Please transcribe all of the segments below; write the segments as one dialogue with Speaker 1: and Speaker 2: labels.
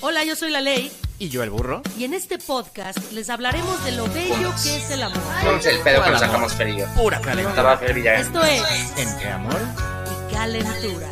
Speaker 1: Hola, yo soy la ley
Speaker 2: Y yo el burro.
Speaker 1: y en este podcast les hablaremos de lo bello que es el amor.
Speaker 3: Entonces el pedo que
Speaker 2: Para
Speaker 3: nos
Speaker 2: amor.
Speaker 3: sacamos frío.
Speaker 2: Pura
Speaker 3: Estaba
Speaker 2: calentura.
Speaker 3: Fer Villarán.
Speaker 1: Esto es
Speaker 2: Entre amor.
Speaker 1: y calentura.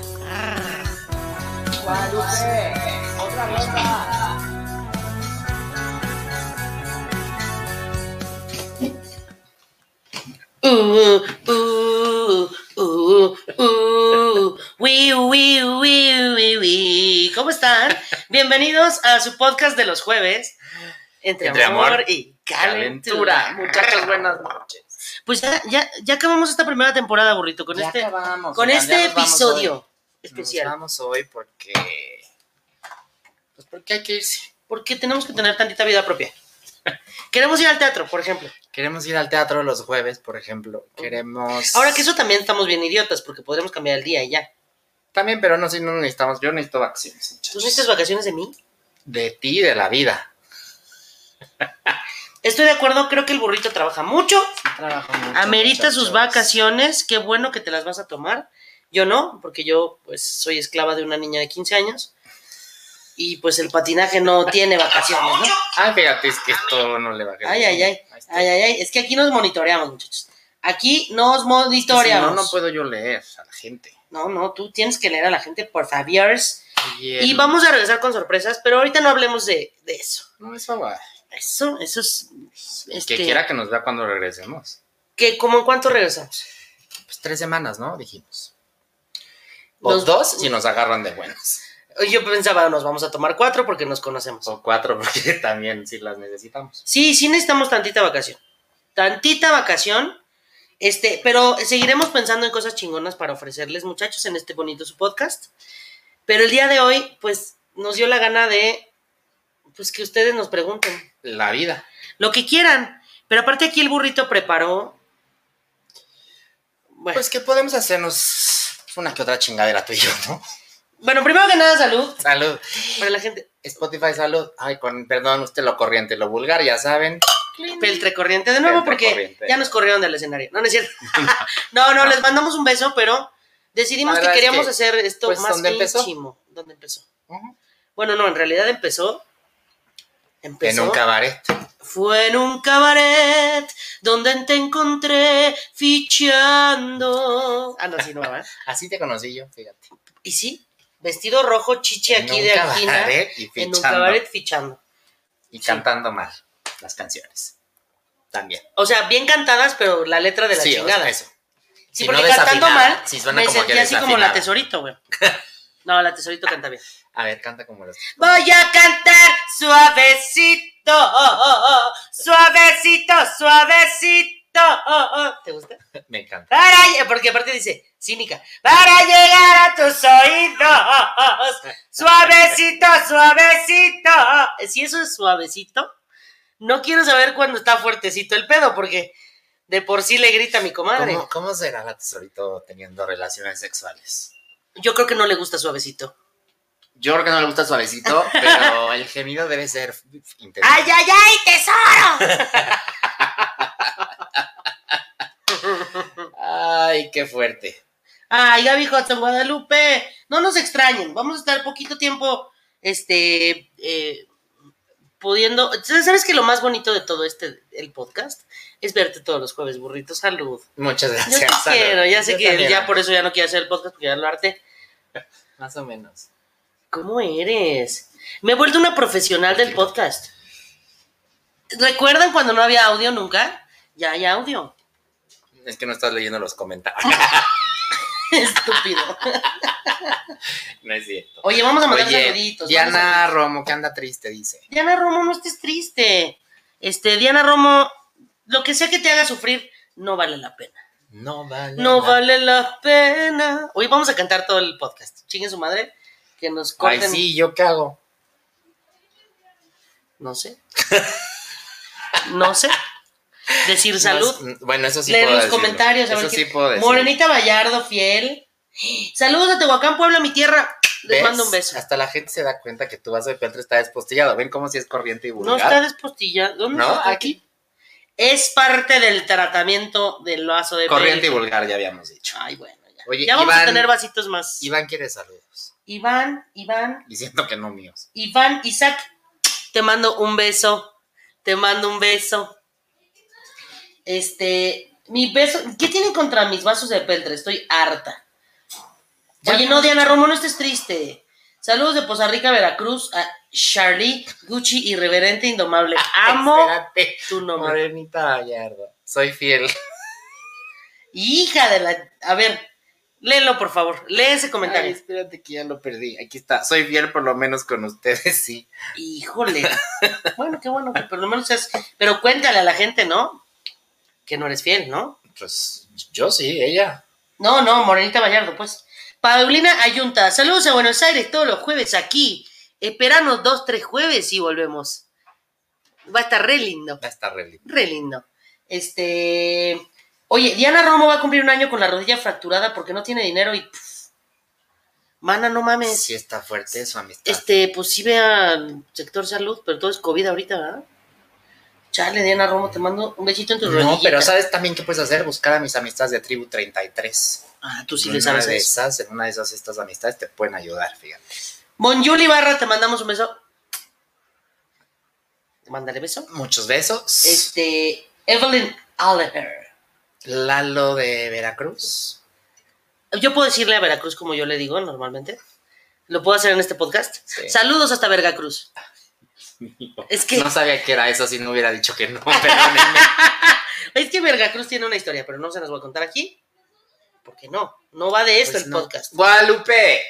Speaker 4: Ooh, ooh, ooh, ooh. Wii, wii, wii, wii, wii. ¿Cómo están? Bienvenidos a su podcast de los jueves. Entre,
Speaker 3: Entre
Speaker 4: amor,
Speaker 3: amor
Speaker 4: y
Speaker 3: calentura.
Speaker 4: calentura. Muchachos, buenas noches. Pues ya, ya, ya acabamos esta primera temporada, burrito, con
Speaker 3: Ya
Speaker 4: este,
Speaker 3: acabamos,
Speaker 4: con
Speaker 3: oigan,
Speaker 4: este
Speaker 3: ya nos vamos hoy.
Speaker 4: episodio
Speaker 3: Nos
Speaker 4: especial.
Speaker 3: vamos hoy porque. Pues porque hay que irse.
Speaker 4: Porque tenemos que tener tantita vida propia. Queremos ir al teatro, por ejemplo.
Speaker 3: Queremos ir al teatro los jueves, por ejemplo. Queremos.
Speaker 4: Ahora que eso también estamos bien idiotas, porque podremos cambiar el día y ya.
Speaker 3: También, pero no, si no necesitamos. Yo necesito vacaciones.
Speaker 4: ¿Tú
Speaker 3: muchachos.
Speaker 4: necesitas vacaciones de mí?
Speaker 3: De ti, de la vida.
Speaker 4: Estoy de acuerdo, creo que el burrito trabaja mucho,
Speaker 3: Trabajo mucho,
Speaker 4: amerita sus
Speaker 3: muchachos.
Speaker 4: vacaciones, qué bueno que te las vas a tomar. Yo no, porque yo pues soy esclava de una niña de 15 años y pues el patinaje no tiene vacaciones, ¿no?
Speaker 3: Ay, Ah, fíjate, es que esto no le va a quedar
Speaker 4: Ay, ay,
Speaker 3: bien.
Speaker 4: ay,
Speaker 3: Ahí está.
Speaker 4: ay, ay, ay, es que aquí nos monitoreamos, muchachos. Aquí
Speaker 3: Es
Speaker 4: nos
Speaker 3: que si
Speaker 4: monitoreamos.
Speaker 3: No, no puedo yo leer a la gente.
Speaker 4: No, no, tú tienes que leer a la gente, por favor.
Speaker 3: Bien.
Speaker 4: Y vamos a regresar con sorpresas, pero ahorita no hablemos de, de eso.
Speaker 3: No, eso va.
Speaker 4: Eso, eso es... este,
Speaker 3: Que quiera que nos vea cuando regresemos.
Speaker 4: Que como en cuánto regresamos.
Speaker 3: Pues tres semanas, ¿no? Dijimos. O
Speaker 4: Los-
Speaker 3: dos si nos agarran de buenos.
Speaker 4: Yo pensaba, nos vamos a tomar cuatro porque nos conocemos.
Speaker 3: O cuatro, porque también si las necesitamos.
Speaker 4: Sí, sí necesitamos tantita vacación. Tantita vacación. Este, pero seguiremos pensando en cosas chingonas para ofrecerles, muchachos, en este bonito su podcast. Pero el día de hoy, pues, nos dio la gana de pues que ustedes nos pregunten
Speaker 3: La vida.
Speaker 4: lo que quieran. Pero aparte aquí el burrito preparó. Bueno,
Speaker 3: Pues que podemos hacernos una que otra chingadera tú y yo, ¿no?
Speaker 4: bueno, primero que nada, salud
Speaker 3: Salud.
Speaker 4: para la gente.
Speaker 3: Spotify, salud. Ay, con perdón, usted lo corriente, lo vulgar, ya saben.
Speaker 4: Peltre corriente de nuevo
Speaker 3: Peltre
Speaker 4: porque
Speaker 3: corriente.
Speaker 4: ya nos corrieron del escenario. No, no es cierto. no, no, les mandamos un beso, pero decidimos
Speaker 3: La
Speaker 4: que
Speaker 3: verdad es
Speaker 4: queríamos
Speaker 3: que,
Speaker 4: hacer esto
Speaker 3: pues,
Speaker 4: más
Speaker 3: ¿dónde empezó?
Speaker 4: íntimo. ¿Dónde empezó?
Speaker 3: Ujú.
Speaker 4: Bueno, no, en realidad empezó.
Speaker 3: En
Speaker 4: Empezó.
Speaker 3: un cabaret.
Speaker 4: Fue en un cabaret donde te encontré fichando. Ah, no, sí, no, ¿verdad?
Speaker 3: Así te conocí yo, fíjate.
Speaker 4: Y sí, vestido rojo, chichi
Speaker 3: En
Speaker 4: aquí
Speaker 3: un
Speaker 4: de Aquina.
Speaker 3: cabaret y
Speaker 4: En un
Speaker 3: fichando.
Speaker 4: cabaret fichando.
Speaker 3: Y cantando mal las canciones. También.
Speaker 4: O sea, bien cantadas, pero la letra de la
Speaker 3: Sí, o sea,
Speaker 4: chingada.
Speaker 3: eso.
Speaker 4: Sí,
Speaker 3: Si
Speaker 4: porque
Speaker 3: no
Speaker 4: cantando
Speaker 3: desafinada,
Speaker 4: mal,
Speaker 3: si suena
Speaker 4: me
Speaker 3: como que
Speaker 4: sentí así como
Speaker 3: desafinada.
Speaker 4: la tesorito, güey. No, la tesorito canta bien.
Speaker 3: A ver, canta como los.
Speaker 4: Voy a cantar suavecito, oh, suavecito, suavecito. ¿Te gusta?
Speaker 3: Me encanta.
Speaker 4: Para lle- porque aparte dice, cínica, para llegar a tus oídos, suavecito, suavecito. Si eso es suavecito, no quiero saber cuándo está fuertecito el pedo, porque de por sí le grita a mi comadre.
Speaker 3: ¿Cómo, cómo será la tesorito teniendo relaciones sexuales?
Speaker 4: Yo creo que no le gusta suavecito.
Speaker 3: Yo creo que no le gusta suavecito, pero el gemido debe ser intenso.
Speaker 4: ¡Ay, ay, ay, tesoro!
Speaker 3: Ay, qué fuerte.
Speaker 4: ¡Ay, Gaby Hudson, Guadalupe! No nos extrañen, vamos a estar poquito tiempo, este, eh, pudiendo... ¿Sabes que lo más bonito de todo este, el podcast? Es verte todos los jueves, burrito, salud.
Speaker 3: Muchas
Speaker 4: Yo
Speaker 3: gracias.
Speaker 4: te
Speaker 3: Salud.
Speaker 4: quiero, ya sé
Speaker 3: Yo
Speaker 4: que
Speaker 3: también.
Speaker 4: ya por eso ya no quiero hacer el podcast, porque ya lo harté.
Speaker 3: Más o menos.
Speaker 4: ¿Cómo eres? Me he vuelto una profesional del podcast. ¿Recuerdan cuando no había audio nunca? Ya hay audio.
Speaker 3: Es que no estás leyendo los comentarios.
Speaker 4: Estúpido.
Speaker 3: no es cierto.
Speaker 4: Oye, vamos a mandar
Speaker 3: Oye,
Speaker 4: saluditos. vamos a-
Speaker 3: Diana Romo, que anda triste, dice.
Speaker 4: Diana Romo, no estés triste. Este, Diana Romo, lo que sea que te haga sufrir, no vale la pena.
Speaker 3: No vale.
Speaker 4: No
Speaker 3: la-
Speaker 4: vale la pena. Hoy vamos a cantar todo el podcast. Chingue su madre. Que nos
Speaker 3: Ay,
Speaker 4: corten.
Speaker 3: sí, ¿yo qué hago?
Speaker 4: No sé. no sé. Decir salud.
Speaker 3: No, es- bueno, eso sí
Speaker 4: Leer
Speaker 3: puedo
Speaker 4: los
Speaker 3: decirlo.
Speaker 4: comentarios. a ver
Speaker 3: Eso sí
Speaker 4: quién-
Speaker 3: puedo decir.
Speaker 4: Morenita Vallardo, fiel. Saludos a Tehuacán, Puebla, mi tierra. Les
Speaker 3: ¿Ves?
Speaker 4: mando un beso.
Speaker 3: Hasta la gente se da cuenta que tu vaso de peltre está despostillado. ¿Ven cómo si es corriente y
Speaker 4: No
Speaker 3: vulgar?
Speaker 4: está despostillado. ¿Dónde
Speaker 3: ¿No?
Speaker 4: está?
Speaker 3: Aquí.
Speaker 4: Es parte del tratamiento del vaso de
Speaker 3: Corriente y
Speaker 4: Bell.
Speaker 3: vulgar, ya habíamos dicho.
Speaker 4: Ay, bueno, ya.
Speaker 3: Oye,
Speaker 4: ya vamos a
Speaker 3: Ah, Iván-
Speaker 4: tener vasitos más.
Speaker 3: Iván quiere saludos.
Speaker 4: Iván, Iván,
Speaker 3: Diciendo que no míos.
Speaker 4: Iván, Isaac, te mando un beso. Te mando un beso. Este, mi beso. ¿Qué tienen contra mis vasos de peltre? Estoy harta.
Speaker 3: Ya
Speaker 4: Oye,
Speaker 3: no.
Speaker 4: no, Diana Romo, no estés triste. Saludos de Poza Rica, Veracruz, a Charlie, Gucci, Irreverente, Indomable.
Speaker 3: Ah,
Speaker 4: Amo
Speaker 3: Espérate.
Speaker 4: tu nombre.
Speaker 3: Morenita Gallardo. Soy fiel.
Speaker 4: Hija de la. A ver, léelo, por favor. Lee ese
Speaker 3: Ay,
Speaker 4: comentario.
Speaker 3: espérate que ya lo perdí. Aquí está. Soy fiel por lo menos con ustedes, sí.
Speaker 4: Híjole. bueno, qué bueno que por lo menos es. Pero cuéntale a la gente, ¿no? Que no eres fiel, ¿no?
Speaker 3: Pues yo sí, ella.
Speaker 4: No, no, Morenita Vallardo, pues. Paulina Ayunta, saludos a Buenos Aires todos los jueves aquí. Esperanos dos, tres jueves y volvemos. Va a estar re lindo,
Speaker 3: Va a estar re linda.
Speaker 4: re lindo. Este. Oye, Diana Romo va a cumplir un año con la rodilla fracturada porque no tiene dinero y. pff. Mana, no mames.
Speaker 3: Sí está fuerte su amistad.
Speaker 4: Este, pues sí ve al sector salud, pero todo es COVID ahorita, ¿verdad? Chale, Diana Romo, te mando un besito en tu rodilla.
Speaker 3: No, pero ¿sabes también qué puedes hacer? Buscar a mis amistades de Tribu 33.
Speaker 4: Ah, tú sí
Speaker 3: En
Speaker 4: le
Speaker 3: una
Speaker 4: sabes
Speaker 3: de
Speaker 4: eso.
Speaker 3: esas, en una de esas estas amistades te pueden ayudar, fíjate.
Speaker 4: Monjuli Barra, te mandamos un beso. Mándale beso.
Speaker 3: Muchos besos.
Speaker 4: Este, Evelyn Oliver.
Speaker 3: Lalo de Veracruz.
Speaker 4: Yo puedo decirle a Veracruz como yo le digo normalmente. Lo puedo hacer en este podcast.
Speaker 3: Sí.
Speaker 4: Saludos hasta Veracruz. Es que,
Speaker 3: No sabía que era eso si no hubiera dicho que no, perdónenme.
Speaker 4: es que Veracruz tiene una historia, pero no se las voy a contar aquí. Porque no, no va de esto
Speaker 3: Pues
Speaker 4: el
Speaker 3: no.
Speaker 4: podcast.
Speaker 3: Guadalupe.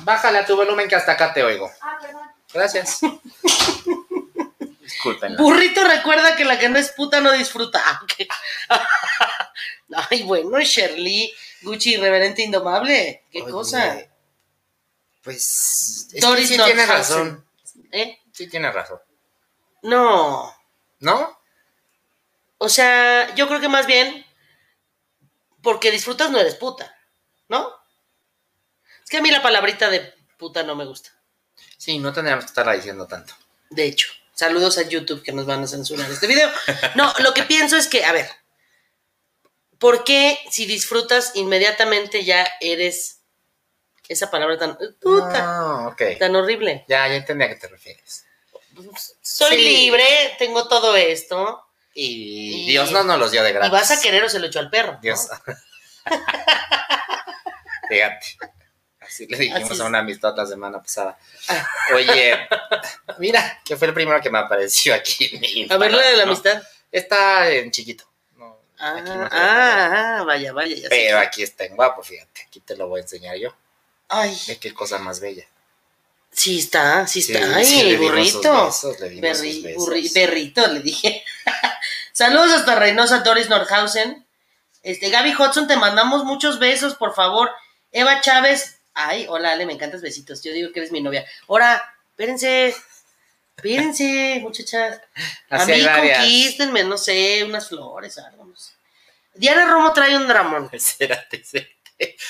Speaker 3: Bájale a tu volumen que hasta acá te oigo.
Speaker 2: Ah, perdón.
Speaker 3: Gracias. Disculpen.
Speaker 4: Burrito recuerda que la que no es puta no disfruta. Ah, ok. Ay, bueno, Shirley, Gucci, irreverente, indomable. Qué
Speaker 3: Oye,
Speaker 4: cosa.
Speaker 3: Pues. es que
Speaker 4: Doris
Speaker 3: sí
Speaker 4: Not
Speaker 3: tienes
Speaker 4: Hansen.
Speaker 3: razón.
Speaker 4: ¿Eh?
Speaker 3: Sí tienes razón.
Speaker 4: No.
Speaker 3: ¿No?
Speaker 4: O sea, yo creo que más bien porque disfrutas no eres puta, ¿no? Es que a mí la palabrita de puta no me gusta.
Speaker 3: Sí, no tendríamos que estarla diciendo tanto.
Speaker 4: De hecho, saludos a YouTube que nos van a censurar este video. No, lo que pienso es que, a ver, ¿por qué si disfrutas inmediatamente ya eres esa palabra tan
Speaker 3: No,
Speaker 4: puta,
Speaker 3: Ah, ok.
Speaker 4: tan horrible?
Speaker 3: Ya, ya entendí a qué te refieres.
Speaker 4: Soy
Speaker 3: Sí.
Speaker 4: libre, tengo todo esto
Speaker 3: Y,
Speaker 4: Y-
Speaker 3: Dios no nos los dio de gratis.
Speaker 4: y vas a querer o se lo echo al perro. ¿no?
Speaker 3: Dios. Fíjate. Así le dijimos
Speaker 4: Así es. Ah.
Speaker 3: a una amistad la semana pasada. Oye, mira, que fue el primero que me apareció aquí. en mi
Speaker 4: A ver,
Speaker 3: Instagram,
Speaker 4: lo de la
Speaker 3: ¿no?
Speaker 4: amistad.
Speaker 3: Está en chiquito. No,
Speaker 4: Ah,
Speaker 3: aquí no se ve nada.
Speaker 4: ah, ah, vaya, vaya, ya sé.
Speaker 3: Pero aquí está en guapo, fíjate. Aquí te lo voy a enseñar yo.
Speaker 4: Ay,
Speaker 3: Ve qué cosa más bella.
Speaker 4: sí está, sí
Speaker 3: Sí,
Speaker 4: está.
Speaker 3: sí,
Speaker 4: Ay,
Speaker 3: le dimos sus
Speaker 4: burrito.
Speaker 3: besos, le dimos sus
Speaker 4: Berri-
Speaker 3: besos.
Speaker 4: burri- berrito, le dije. Saludos hasta Reynosa, Doris Norhausen. Este, Gaby Hudson, te mandamos muchos besos, por favor. Eva Chávez. Ay, hola, Ale, me encantas besitos. Yo digo que eres mi novia. Ahora, espérense. Espérense, muchachas.
Speaker 3: Así
Speaker 4: a
Speaker 3: hay
Speaker 4: mí
Speaker 3: varias.
Speaker 4: conquístenme, no sé, unas flores, algo, no sé. Diana Romo trae un dramón.
Speaker 3: Espérate, espérate.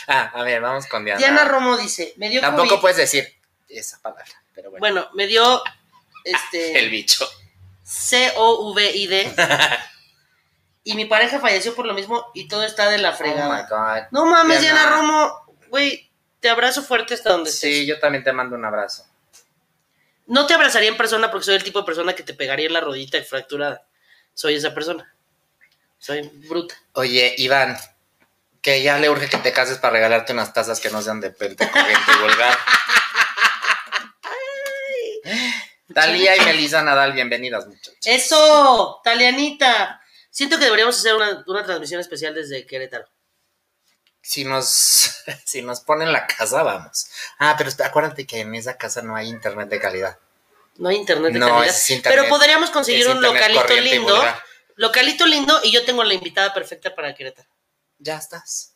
Speaker 3: Ah, a ver, vamos con Diana.
Speaker 4: Diana Romo dice, me dio
Speaker 3: Tampoco
Speaker 4: COVID.
Speaker 3: puedes decir esa palabra, pero bueno.
Speaker 4: Bueno, me dio este
Speaker 3: El bicho.
Speaker 4: C-O-V-I-D. y mi pareja falleció por lo mismo y todo está de la
Speaker 3: Oh my
Speaker 4: fregada.
Speaker 3: God.
Speaker 4: no mames,
Speaker 3: Diana.
Speaker 4: Diana, Romo, güey, te abrazo fuerte hasta donde
Speaker 3: Sí,
Speaker 4: estés.
Speaker 3: yo también te mando un abrazo.
Speaker 4: No te abrazaría en persona porque soy el tipo de persona que te pegaría en la rodita fracturada. Soy esa persona. Soy bruta.
Speaker 3: Oye, Iván, que ya le urge que te cases para regalarte unas tazas que no sean de pel de corriente y vulgar. Talía y Melissa Nadal, bienvenidas, muchachos.
Speaker 4: ¡Eso! ¡Talianita! Siento que deberíamos hacer una, una transmisión especial desde Querétaro.
Speaker 3: Si nos, si nos ponen la casa, vamos. Ah, pero está- acuérdate que en esa casa no hay internet de calidad.
Speaker 4: No hay internet de
Speaker 3: No,
Speaker 4: calidad.
Speaker 3: es internet.
Speaker 4: Pero podríamos conseguir
Speaker 3: Es
Speaker 4: un
Speaker 3: internet
Speaker 4: localito
Speaker 3: corriente y
Speaker 4: lindo.
Speaker 3: vulgar.
Speaker 4: Localito lindo y yo tengo la invitada perfecta para Querétaro.
Speaker 3: Ya estás.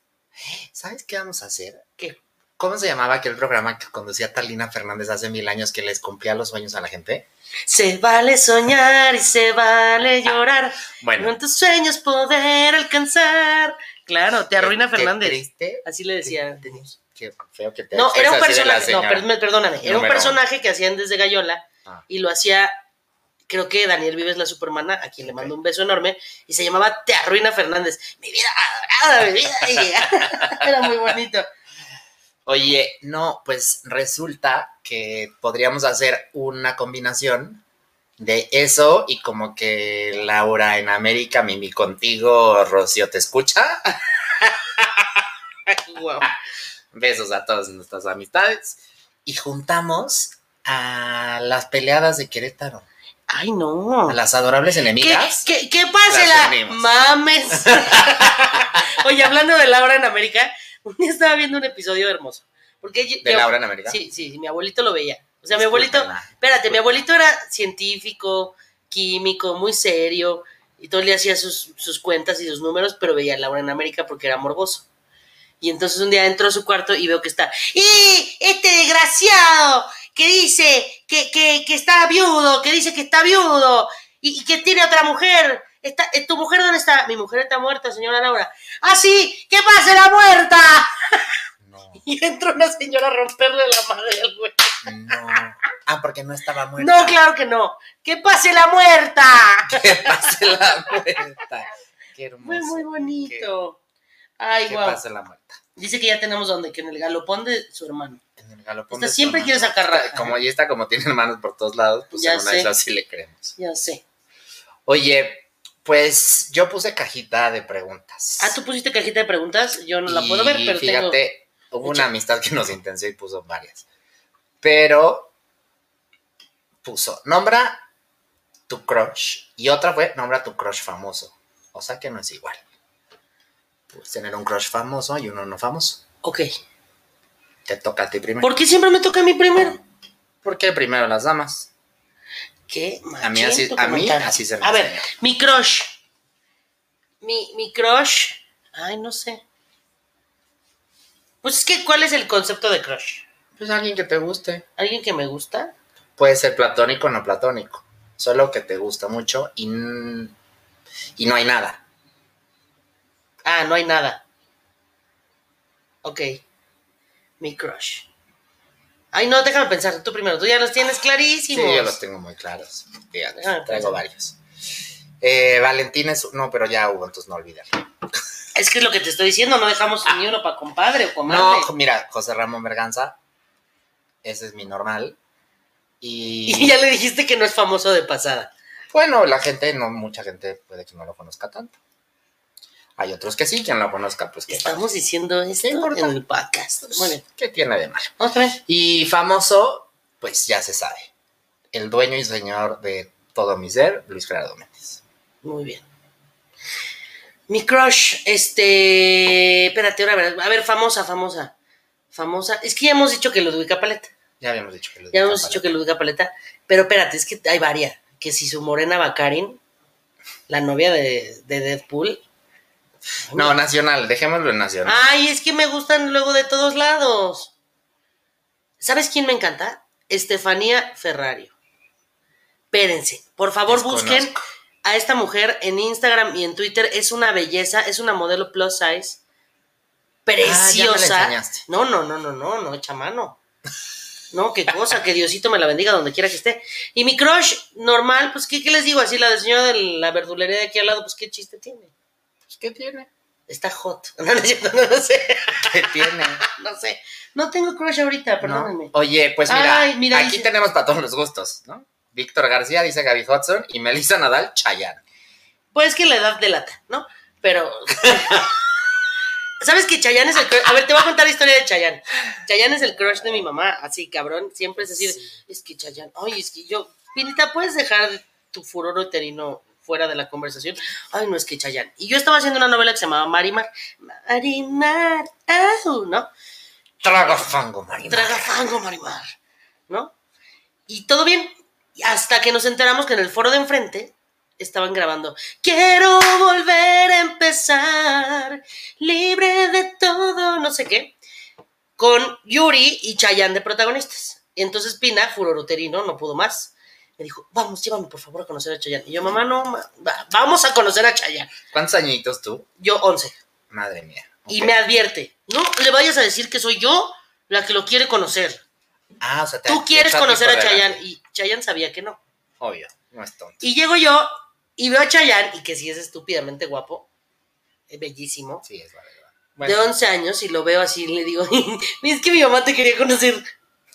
Speaker 3: Eh, ¿Sabes qué vamos a hacer?
Speaker 4: ¿Qué?
Speaker 3: ¿Cómo se llamaba aquel programa que conducía Talina Fernández hace mil años que les cumplía los sueños a la gente?
Speaker 4: Se vale soñar y se vale llorar.
Speaker 3: Ah, Bueno,
Speaker 4: Con tus sueños poder alcanzar. Claro, te arruina
Speaker 3: qué- qué
Speaker 4: Fernández.
Speaker 3: triste,
Speaker 4: Así le decía.
Speaker 3: qué- qué feo que te
Speaker 4: No, era un
Speaker 3: expresas así de la
Speaker 4: personaje. No,
Speaker 3: señora.
Speaker 4: per- perdóname. Era un
Speaker 3: Número
Speaker 4: personaje que hacían desde Gallola
Speaker 3: Ah.
Speaker 4: y lo hacía creo que Daniel Vives la supermana, a quien le mando un beso enorme, y se llamaba Te Arruina Fernández. Mi vida adorada, mi vida. y- Era muy bonito.
Speaker 3: Oye, no, pues resulta que podríamos hacer una combinación de eso y como que Laura en América, Mimi contigo, Rocío te escucha.
Speaker 4: Guau.
Speaker 3: Besos a todas nuestras amistades. Y juntamos a las peleadas de Querétaro,
Speaker 4: Ay, no.
Speaker 3: a las adorables
Speaker 4: ¿Qué,
Speaker 3: enemigas.
Speaker 4: qué, qué pase
Speaker 3: Las
Speaker 4: la
Speaker 3: unimos.
Speaker 4: mames? Oye, hablando de Laura en América, un día estaba viendo un episodio hermoso. Porque yo-
Speaker 3: ¿De
Speaker 4: yo-
Speaker 3: Laura en América?
Speaker 4: Sí, sí, sí, mi abuelito lo veía. O sea, mi abuelito,
Speaker 3: Discúlpenla.
Speaker 4: espérate, mi abuelito era científico, químico, muy serio, y todo le hacía sus, sus cuentas y sus números, pero veía a Laura en América porque era morboso. Y entonces un día entro a su cuarto y veo que está, ¡y este desgraciado! Que dice que, que, que está viudo, que dice que está viudo, y, y que tiene otra mujer. Está, eh, ¿Tu mujer dónde está? Mi mujer está muerta, señora Laura. ¡Ah, sí! ¡Que pase la muerta!
Speaker 3: No,
Speaker 4: Y entra una señora a romperle la madre al güey.
Speaker 3: no. Ah, porque no estaba muerta.
Speaker 4: No, claro que no. ¡Que pase la muerta!
Speaker 3: Que pase la muerta. Qué
Speaker 4: Fue
Speaker 3: hermoso.
Speaker 4: muy bonito. Ay,
Speaker 3: que
Speaker 4: guau.
Speaker 3: pase la muerta.
Speaker 4: Dice que ya tenemos donde, que en el galopón de su hermano.
Speaker 3: En el galopón
Speaker 4: Esta
Speaker 3: de su
Speaker 4: siempre
Speaker 3: hermano.
Speaker 4: quiere sacar ra-
Speaker 3: Como ya está, como tiene hermanos por todos lados, pues
Speaker 4: Ya
Speaker 3: en una
Speaker 4: sé.
Speaker 3: isla sí le creemos.
Speaker 4: Ya sé.
Speaker 3: Oye, pues yo puse cajita de preguntas.
Speaker 4: Ah, tú pusiste cajita de preguntas. Yo no la puedo
Speaker 3: Y
Speaker 4: ver, pero tengo.
Speaker 3: fíjate, hubo
Speaker 4: Mucha-
Speaker 3: una amistad que nos intenció y puso varias. Pero puso, nombra tu crush. Y otra fue, nombra tu crush famoso. O sea que no es igual. Pues tener un crush famoso y uno no famoso.
Speaker 4: Ok.
Speaker 3: Te toca a ti primero.
Speaker 4: ¿Por qué siempre me toca a mí primero?
Speaker 3: Porque primero las damas.
Speaker 4: ¿Qué?
Speaker 3: A mí así,
Speaker 4: machito
Speaker 3: a mí
Speaker 4: comentario.
Speaker 3: así se me
Speaker 4: A ver,
Speaker 3: enseñó.
Speaker 4: mi crush. Mi, mi crush. Ay, no sé. Pues es que, ¿cuál es el concepto de crush?
Speaker 3: Pues alguien que te guste.
Speaker 4: ¿Alguien que me gusta?
Speaker 3: Puede ser platónico o no platónico. Solo que te gusta mucho y, n- y no hay nada.
Speaker 4: Ah, no hay nada. Ok. Mi crush. Ay, no, déjame pensar. Tú primero. Tú ya los tienes
Speaker 3: Sí,
Speaker 4: clarísimos.
Speaker 3: yo los tengo muy claros. Fíjate,
Speaker 4: Ah,
Speaker 3: traigo
Speaker 4: claro.
Speaker 3: varios. Eh, Valentín es. No, pero ya hubo, entonces no olvidar.
Speaker 4: Es que es lo que te estoy diciendo. No dejamos ni uno para compadre o comadre.
Speaker 3: Ah. No, mira, José Ramón Berganza. Ese es mi normal.
Speaker 4: Y
Speaker 3: Y
Speaker 4: ya le dijiste que no es famoso de pasada.
Speaker 3: bueno, la gente, no mucha gente puede que no lo conozca tanto. Hay otros que sí, quien lo conozca, pues que
Speaker 4: Estamos diciendo esto
Speaker 3: importa?
Speaker 4: en el podcast. Muy bien.
Speaker 3: ¿Qué tiene de malo?
Speaker 4: Vamos a ver.
Speaker 3: Pues, Y famoso, pues ya se sabe. El dueño y señor de todo mi ser, Luis Gerardo Méndez.
Speaker 4: Muy bien. Mi crush, este. Espérate, ahora a ver. A ver, famosa, famosa. Famosa. Es que ya hemos dicho que Ludwig Paleta.
Speaker 3: Ya habíamos dicho que Luis
Speaker 4: Ya hemos dicho que Ludwig Paleta. Pero espérate, es que hay varias. Que si su morena Bacarin, la novia de, de Deadpool.
Speaker 3: No, nacional, dejémoslo en nacional.
Speaker 4: Ay, es que me gustan luego de todos lados. ¿Sabes quién me encanta? Estefanía Ferrario. Espérense, por favor
Speaker 3: Desconozco.
Speaker 4: busquen a esta mujer en Instagram y en Twitter. Es una belleza, es una modelo plus size.
Speaker 3: Ah,
Speaker 4: Preciosa.
Speaker 3: enseñaste.
Speaker 4: no, no, no, no, no, no, echa mano. No, qué cosa, que Diosito me la bendiga donde quiera que esté. Y mi crush normal, pues, ¿qué, qué les digo? Así la del señor de la verdulería de aquí al lado, pues, ¿qué chiste tiene?
Speaker 3: Pues, ¿Qué tiene?
Speaker 4: Está hot. No, no, es cierto, no, no sé.
Speaker 3: ¿Qué tiene?
Speaker 4: No sé. No tengo crush ahorita, perdónenme.
Speaker 3: No. Oye, pues mira,
Speaker 4: Ay, mira,
Speaker 3: aquí
Speaker 4: dice-
Speaker 3: tenemos para todos los gustos, ¿no? Víctor García dice Gaby Hudson y Melissa Nadal, Chayanne.
Speaker 4: Pues que la edad delata, ¿no? Pero. ¿Sabes que Chayanne es el crush? A ver, te voy a contar la historia de Chayanne. Chayanne es el crush de mi mamá, así cabrón. Siempre es así. de, Es que Chayanne. Ay, es que yo. Pinita, ¿puedes dejar tu furor uterino fuera de la conversación? Ay, no, es que Chayanne. Y yo estaba haciendo una novela que se llamaba Marimar. Marimar, au, ¿no?
Speaker 3: Traga fango, Marina.
Speaker 4: Traga fango, Marimar, ¿no? Y todo bien, hasta que nos enteramos que en el foro de enfrente estaban grabando Quiero volver a empezar, libre de todo, no sé qué, con Yuri y Chayanne de protagonistas. Entonces Pina, furoroterino, no pudo más. Me dijo, vamos, llévame por favor a conocer a Chayanne. Y yo, mamá, no, ma- va- vamos a conocer a Chayanne.
Speaker 3: ¿Cuántos añitos tú?
Speaker 4: Yo, 11
Speaker 3: Madre mía.
Speaker 4: y
Speaker 3: Ok.
Speaker 4: me advierte, no le vayas a decir que soy yo la que lo quiere conocer.
Speaker 3: Ah, o sea, te-
Speaker 4: Tú
Speaker 3: te
Speaker 4: quieres
Speaker 3: echó a ti
Speaker 4: conocer
Speaker 3: por
Speaker 4: a
Speaker 3: delante.
Speaker 4: Chayanne y Chayanne sabía que no.
Speaker 3: Obvio, no es tonto.
Speaker 4: Y llego yo y veo a Chayanne, y que sí es estúpidamente guapo, es bellísimo,
Speaker 3: Sí, es verdad.
Speaker 4: de 11 años, y lo veo así y le digo, es que mi mamá te quería conocer.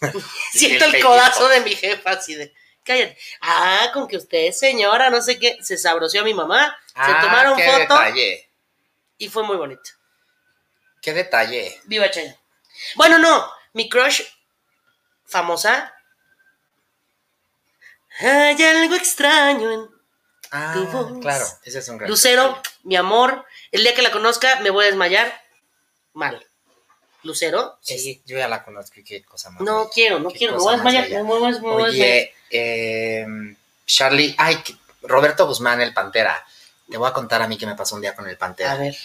Speaker 4: Siento
Speaker 3: El
Speaker 4: el codazo de mi jefa así de, cállate. Ah, con que usted es señora, no sé qué, se sabroció a mi mamá,
Speaker 3: Ah,
Speaker 4: se tomaron
Speaker 3: qué
Speaker 4: foto
Speaker 3: detalle.
Speaker 4: y fue muy bonito.
Speaker 3: Qué detalle.
Speaker 4: Viva Chayanne. Bueno, no, mi crush famosa. Hay algo extraño en
Speaker 3: Ah,
Speaker 4: Tu voz.
Speaker 3: claro. Ese es un gran
Speaker 4: "Pues, Lucero,
Speaker 3: detalle.
Speaker 4: mi amor, el día que la conozca me voy a desmayar. Mal. Lucero,
Speaker 3: Es-
Speaker 4: sí.
Speaker 3: yo ya la conozco y qué cosa más.
Speaker 4: No
Speaker 3: bella.
Speaker 4: quiero, no
Speaker 3: Qué
Speaker 4: quiero, me
Speaker 3: cosa
Speaker 4: voy a
Speaker 3: más
Speaker 4: desmayar.
Speaker 3: bella.
Speaker 4: Me voy a me voy a desmayar.
Speaker 3: Oye, em, Charlie, ay, que- Roberto Guzmán, el Pantera. Te voy a contar a mí qué me pasó un día con el
Speaker 4: A
Speaker 3: Pantera.
Speaker 4: ver.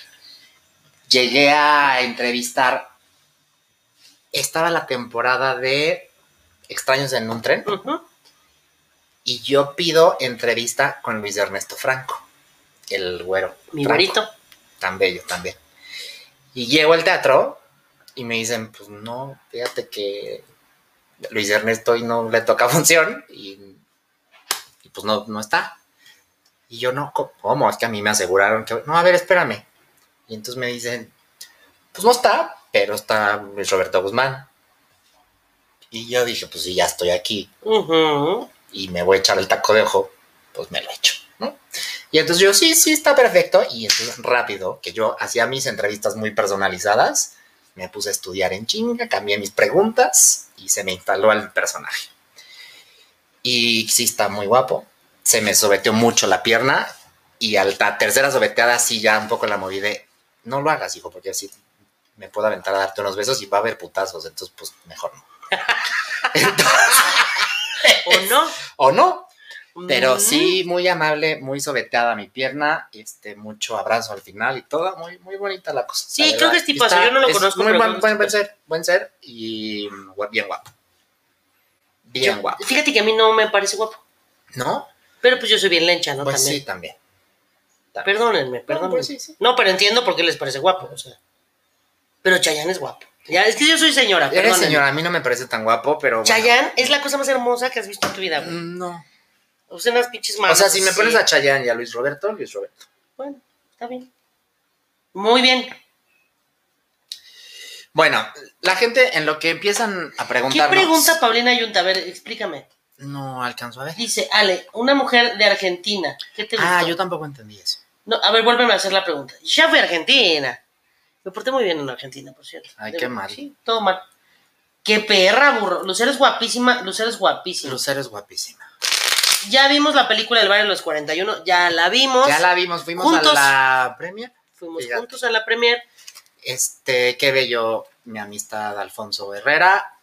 Speaker 3: Llegué a entrevistar. Estaba la temporada de Extraños en un tren
Speaker 4: ujú.
Speaker 3: y yo pido entrevista con Luis Ernesto Franco, el güero.
Speaker 4: Mi
Speaker 3: Franco.
Speaker 4: güerito.
Speaker 3: tan bello también. Y llego al teatro y me dicen, pues no, fíjate que Luis Ernesto hoy no le toca función y, y, pues no, no está. Y yo no, co- ¿cómo? Es que a mí me aseguraron que, no, a ver, espérame. Y entonces me dicen, pues no está, pero está Luis Roberto Guzmán. Y yo dije, pues sí, ya estoy aquí
Speaker 4: ujú.
Speaker 3: y me voy a echar el taco de ojo, pues me lo echo, ¿no? Y entonces yo, sí, sí, está perfecto. Y entonces rápido, que yo hacía mis entrevistas muy personalizadas, me puse a estudiar en chinga, cambié mis preguntas y se me instaló al personaje. Y sí, está muy guapo. Se me sobeteó mucho la pierna y a la tercera sobeteada sí ya un poco la moví de, no lo hagas, hijo, porque así me puedo aventar a darte unos besos y va a haber putazos, entonces pues mejor no.
Speaker 4: ¿O no?
Speaker 3: O no, Pero
Speaker 4: Mm.
Speaker 3: sí, muy amable, muy sobeteada mi pierna, este, mucho abrazo al final y todo, muy, muy bonita la cosa.
Speaker 4: Sí,
Speaker 3: la
Speaker 4: creo
Speaker 3: verdad.
Speaker 4: que es tipazo,
Speaker 3: Está-
Speaker 4: yo no lo conozco,
Speaker 3: Muy
Speaker 4: pero
Speaker 3: buen,
Speaker 4: no-
Speaker 3: buen- buen ser, buen ser y gua- bien guapo. Bien
Speaker 4: Yo-
Speaker 3: guapo.
Speaker 4: Fíjate que a mí no me parece guapo.
Speaker 3: ¿No?
Speaker 4: Pero pues yo soy bien lencha, ¿no?
Speaker 3: pues
Speaker 4: También.
Speaker 3: sí, también.
Speaker 4: Perdónenme, perdónenme. No,
Speaker 3: pues sí, sí.
Speaker 4: pero entiendo por qué les parece guapo, o sea. Pero Chayanne es guapo. Ya, es que yo soy señora,
Speaker 3: Eres
Speaker 4: perdónenme.
Speaker 3: señora, a mí no me parece tan guapo, pero. bueno.
Speaker 4: Chayanne es la cosa más hermosa que has visto en tu vida, güey.
Speaker 3: Mm, No.
Speaker 4: O sea, unas pinches
Speaker 3: O
Speaker 4: manos.
Speaker 3: sea, si me
Speaker 4: así.
Speaker 3: pones a Chayanne y a Luis Roberto, Luis Roberto.
Speaker 4: Bueno, está bien. Muy bien.
Speaker 3: Bueno, la gente en lo que empiezan a
Speaker 4: ¿Qué
Speaker 3: preguntarnos.
Speaker 4: pregunta Paulina Yunta? A ver, explícame.
Speaker 3: No alcanzó a ver.
Speaker 4: Dice, Ale, una mujer de Argentina. ¿Qué te
Speaker 3: Ah,
Speaker 4: gustó?
Speaker 3: yo tampoco entendí eso.
Speaker 4: No, a ver, vuélveme a hacer la pregunta. Ya fui a Argentina. Me porté muy bien en Argentina, por cierto.
Speaker 3: Ay,
Speaker 4: De-
Speaker 3: qué mal.
Speaker 4: Sí, todo mal. Qué perra, burro. Lucero es guapísima. Lucero es guapísima.
Speaker 3: Lucero es guapísima.
Speaker 4: Ya vimos la película El barrio de los 41. Ya la vimos.
Speaker 3: Ya la vimos, fuimos
Speaker 4: Juntos.
Speaker 3: a la premia.
Speaker 4: Fuimos
Speaker 3: Fíjate.
Speaker 4: juntos a la premier.
Speaker 3: Este, qué bello mi amistad Alfonso Herrera.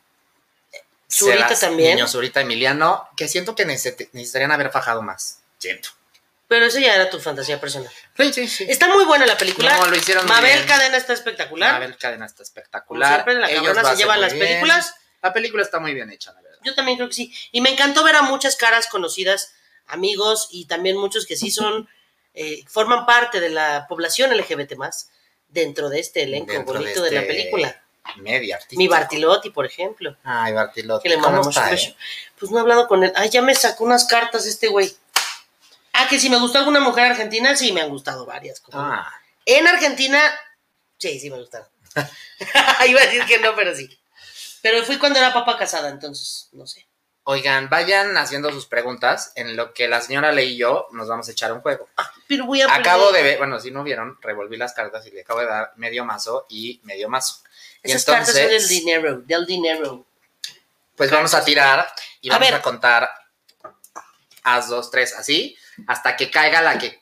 Speaker 4: Zurita también.
Speaker 3: Niño Zurita Emiliano, que siento que necesit- necesitarían haber fajado más. Siento.
Speaker 4: Pero eso ya era tu fantasía personal.
Speaker 3: Sí, sí, sí.
Speaker 4: Está muy buena la película.
Speaker 3: No, lo hicieron muy
Speaker 4: Mabel
Speaker 3: bien.
Speaker 4: Cadena está espectacular.
Speaker 3: Mabel Cadena está
Speaker 4: Como
Speaker 3: espectacular.
Speaker 4: Siempre la
Speaker 3: Ellos
Speaker 4: cabrona
Speaker 3: lo
Speaker 4: se
Speaker 3: hacen
Speaker 4: lleva
Speaker 3: muy
Speaker 4: las
Speaker 3: bien.
Speaker 4: películas.
Speaker 3: La película está muy bien hecha, la verdad.
Speaker 4: Yo también creo que sí. Y me encantó ver a muchas caras conocidas, amigos y también muchos que sí son, eh, forman parte de la población LGBT más dentro de este elenco
Speaker 3: Dentro
Speaker 4: bonito de, la
Speaker 3: este
Speaker 4: película.
Speaker 3: Media artística.
Speaker 4: Mi Bartilotti, por ejemplo,
Speaker 3: Ay, Bartilotti.
Speaker 4: que le
Speaker 3: ¿Cómo
Speaker 4: mandamos un
Speaker 3: está,
Speaker 4: beso.
Speaker 3: eh?
Speaker 4: Pues no he hablado con él. Ay, ya me sacó unas cartas este güey. Ah, que si me gustó alguna mujer argentina, sí me han gustado varias. como-
Speaker 3: Ah,
Speaker 4: En Argentina, sí, sí me gustaron. Iba a decir que no, pero sí. Pero fui cuando era papá casada, entonces, no sé.
Speaker 3: Oigan, vayan haciendo sus preguntas. En lo que la señora Lee y yo nos vamos a echar un juego.
Speaker 4: Pero voy a
Speaker 3: Acabo
Speaker 4: perder.
Speaker 3: de ver, bueno, si no vieron, revolví las cartas y le acabo de dar medio mazo y medio mazo. Y
Speaker 4: Esas
Speaker 3: entonces,
Speaker 4: cartas son del dinero, del dinero.
Speaker 3: pues vamos a tirar y
Speaker 4: A
Speaker 3: vamos
Speaker 4: ver.
Speaker 3: a contar as dos, tres, así, hasta que caiga la que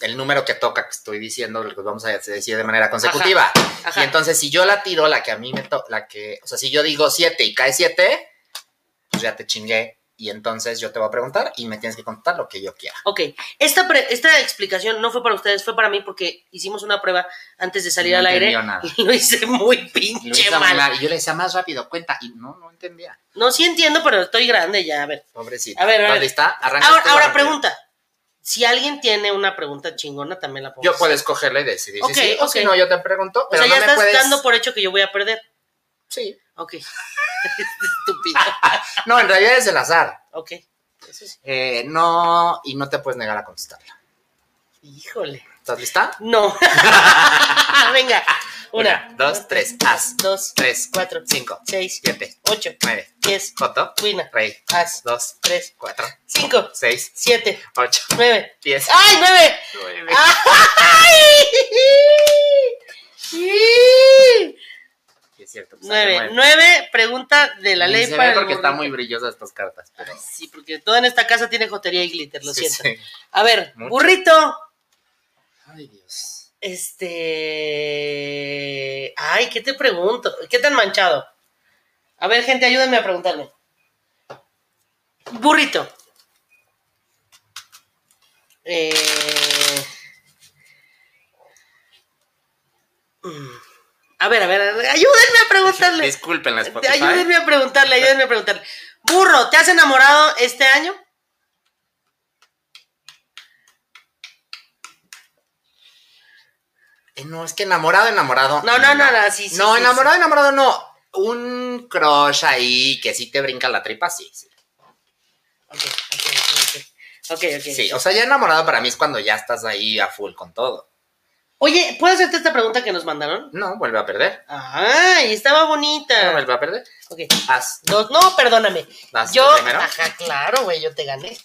Speaker 3: el número que toca que estoy diciendo, lo que vamos a decir de manera consecutiva.
Speaker 4: Ajá.
Speaker 3: Y entonces, si yo la tiro, la que a mí me toca, la que, o sea, si yo digo siete y cae siete, pues ya te chingué. Y entonces yo te voy a preguntar y me tienes que contar lo que yo quiera.
Speaker 4: Ok, esta, pre- esta explicación no fue para ustedes, fue para mí porque hicimos una prueba antes de salir
Speaker 3: No
Speaker 4: al aire.
Speaker 3: entendió nada.
Speaker 4: Y lo hice muy
Speaker 3: Lo
Speaker 4: pinche
Speaker 3: hizo muy
Speaker 4: mal.
Speaker 3: mal, Y yo le decía más rápido, cuenta. Y no, no entendía.
Speaker 4: No, sí entiendo, pero estoy grande ya, a ver.
Speaker 3: Pobrecito.
Speaker 4: A ver, a
Speaker 3: ¿Estás
Speaker 4: ver.
Speaker 3: lista? Arranca este
Speaker 4: Ahora,
Speaker 3: tú,
Speaker 4: ahora
Speaker 3: arranca.
Speaker 4: pregunta. Si alguien tiene una pregunta chingona, también la puedo
Speaker 3: Yo
Speaker 4: hacer.
Speaker 3: puedo escogerla y decidir
Speaker 4: Ok,
Speaker 3: si sí o
Speaker 4: ok.
Speaker 3: si no, yo te pregunto,
Speaker 4: O
Speaker 3: pero
Speaker 4: sea, ya
Speaker 3: no me
Speaker 4: estás
Speaker 3: puedes...
Speaker 4: dando por hecho que yo voy a perder.
Speaker 3: Sí.
Speaker 4: Ok. Estúpido.
Speaker 3: No, en realidad es el azar.
Speaker 4: Ok. Eso sí.
Speaker 3: Eh, no, y no te puedes negar a contestarla.
Speaker 4: Híjole.
Speaker 3: ¿Estás lista?
Speaker 4: No. Venga. Una,
Speaker 3: Venga, dos, tres, haz.
Speaker 4: Dos,
Speaker 3: Tres,
Speaker 4: cuatro,
Speaker 3: cinco,
Speaker 4: seis,
Speaker 3: siete,
Speaker 4: ocho,
Speaker 3: nueve,
Speaker 4: diez,
Speaker 3: joto,
Speaker 4: cuina,
Speaker 3: rey,
Speaker 4: haz,
Speaker 3: dos,
Speaker 4: tres,
Speaker 3: cuatro,
Speaker 4: cinco,
Speaker 3: seis,
Speaker 4: siete,
Speaker 3: ocho,
Speaker 4: nueve.
Speaker 3: diez,
Speaker 4: ¡Ay, nueve!
Speaker 3: nueve.
Speaker 4: ah, ¡Ay! Sí.
Speaker 3: Sí, es cierto. pues,
Speaker 4: Nueve.
Speaker 3: salió
Speaker 4: Nueve, pregunta de la
Speaker 3: Ni
Speaker 4: ley
Speaker 3: se
Speaker 4: para
Speaker 3: ve
Speaker 4: el
Speaker 3: porque están muy
Speaker 4: burrito.
Speaker 3: brillosas estas cartas. Pero...
Speaker 4: Sí, porque toda en esta casa tiene jotería y glitter, lo
Speaker 3: Sí,
Speaker 4: siento.
Speaker 3: sí.
Speaker 4: A ver,
Speaker 3: Mucho.
Speaker 4: burrito.
Speaker 3: Ay, Dios.
Speaker 4: Este. Ay, ¿qué te pregunto? ¿Qué tan manchado? A ver, gente, ayúdenme a preguntarme. Burrito. Eh, mm, A ver, a ver, a ver, ayúdenme a preguntarle.
Speaker 3: Disculpen las Spotify.
Speaker 4: Ayúdenme a preguntarle, ayúdenme a preguntarle. Burro, ¿te has enamorado este año?
Speaker 3: Eh, No, es que enamorado, enamorado.
Speaker 4: No, no, no, no, sí, sí,
Speaker 3: No,
Speaker 4: sí,
Speaker 3: enamorado, enamorado, no. Un crush ahí que sí te brinca la tripa, sí, sí.
Speaker 4: Ok, ok, ok, ok. Ok, ok.
Speaker 3: Sí, o sea, ya enamorado para mí es cuando ya estás ahí a full con todo.
Speaker 4: Oye, ¿puedo hacerte esta pregunta que nos mandaron?
Speaker 3: No, vuelve a perder.
Speaker 4: Ay, estaba
Speaker 3: No,
Speaker 4: bonita.
Speaker 3: vuelve a perder.
Speaker 4: Ok,
Speaker 3: Haz,
Speaker 4: dos, no, perdóname.
Speaker 3: haz tú
Speaker 4: Yo,
Speaker 3: primero.
Speaker 4: ajá, claro, güey, yo te gané.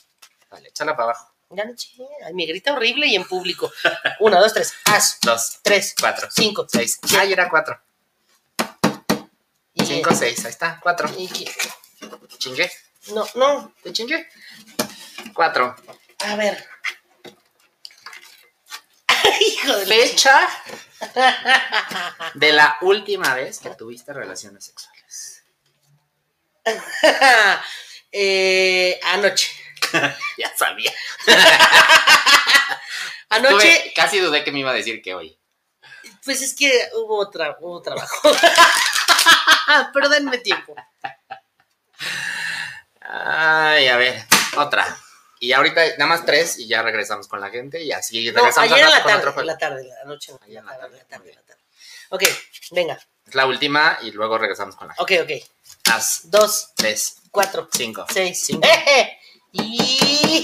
Speaker 3: Dale, échala para abajo.
Speaker 4: Gané, che. Ay, me grita horrible y en público. Una, dos, tres, haz,
Speaker 3: Dos,
Speaker 4: tres,
Speaker 3: cuatro,
Speaker 4: cinco,
Speaker 3: seis. Ay, era cuatro.
Speaker 4: y-
Speaker 3: Cinco, seis. Ahí está, cuatro.
Speaker 4: y que-
Speaker 3: Chingué,
Speaker 4: no, no,
Speaker 3: te chingué. Cuatro.
Speaker 4: a ver. Hijo de la
Speaker 3: Fecha de la última vez que tuviste relaciones sexuales.
Speaker 4: chingada. Eh, anoche.
Speaker 3: Ya sabía.
Speaker 4: Anoche,
Speaker 3: Tuve- casi dudé que me iba a decir que hoy.
Speaker 4: pues es que hubo, otra, hubo trabajo. Pero denme tiempo.
Speaker 3: Ay, a ver, otra. Y ahorita nada más tres y ya regresamos con la gente y así
Speaker 4: No,
Speaker 3: regresamos al
Speaker 4: ayer en
Speaker 3: rato
Speaker 4: la
Speaker 3: con
Speaker 4: tarde,
Speaker 3: otro juego.
Speaker 4: en la tarde, en la noche, no, en
Speaker 3: Ayer
Speaker 4: la tarde, en la tarde, en la tarde. Ok, venga,
Speaker 3: Es la última y luego regresamos con la gente.
Speaker 4: ok, ok.
Speaker 3: Haz
Speaker 4: Dos,
Speaker 3: tres,
Speaker 4: cuatro,
Speaker 3: cinco,
Speaker 4: seis,
Speaker 3: Cinco.
Speaker 4: ¡Eh! Y-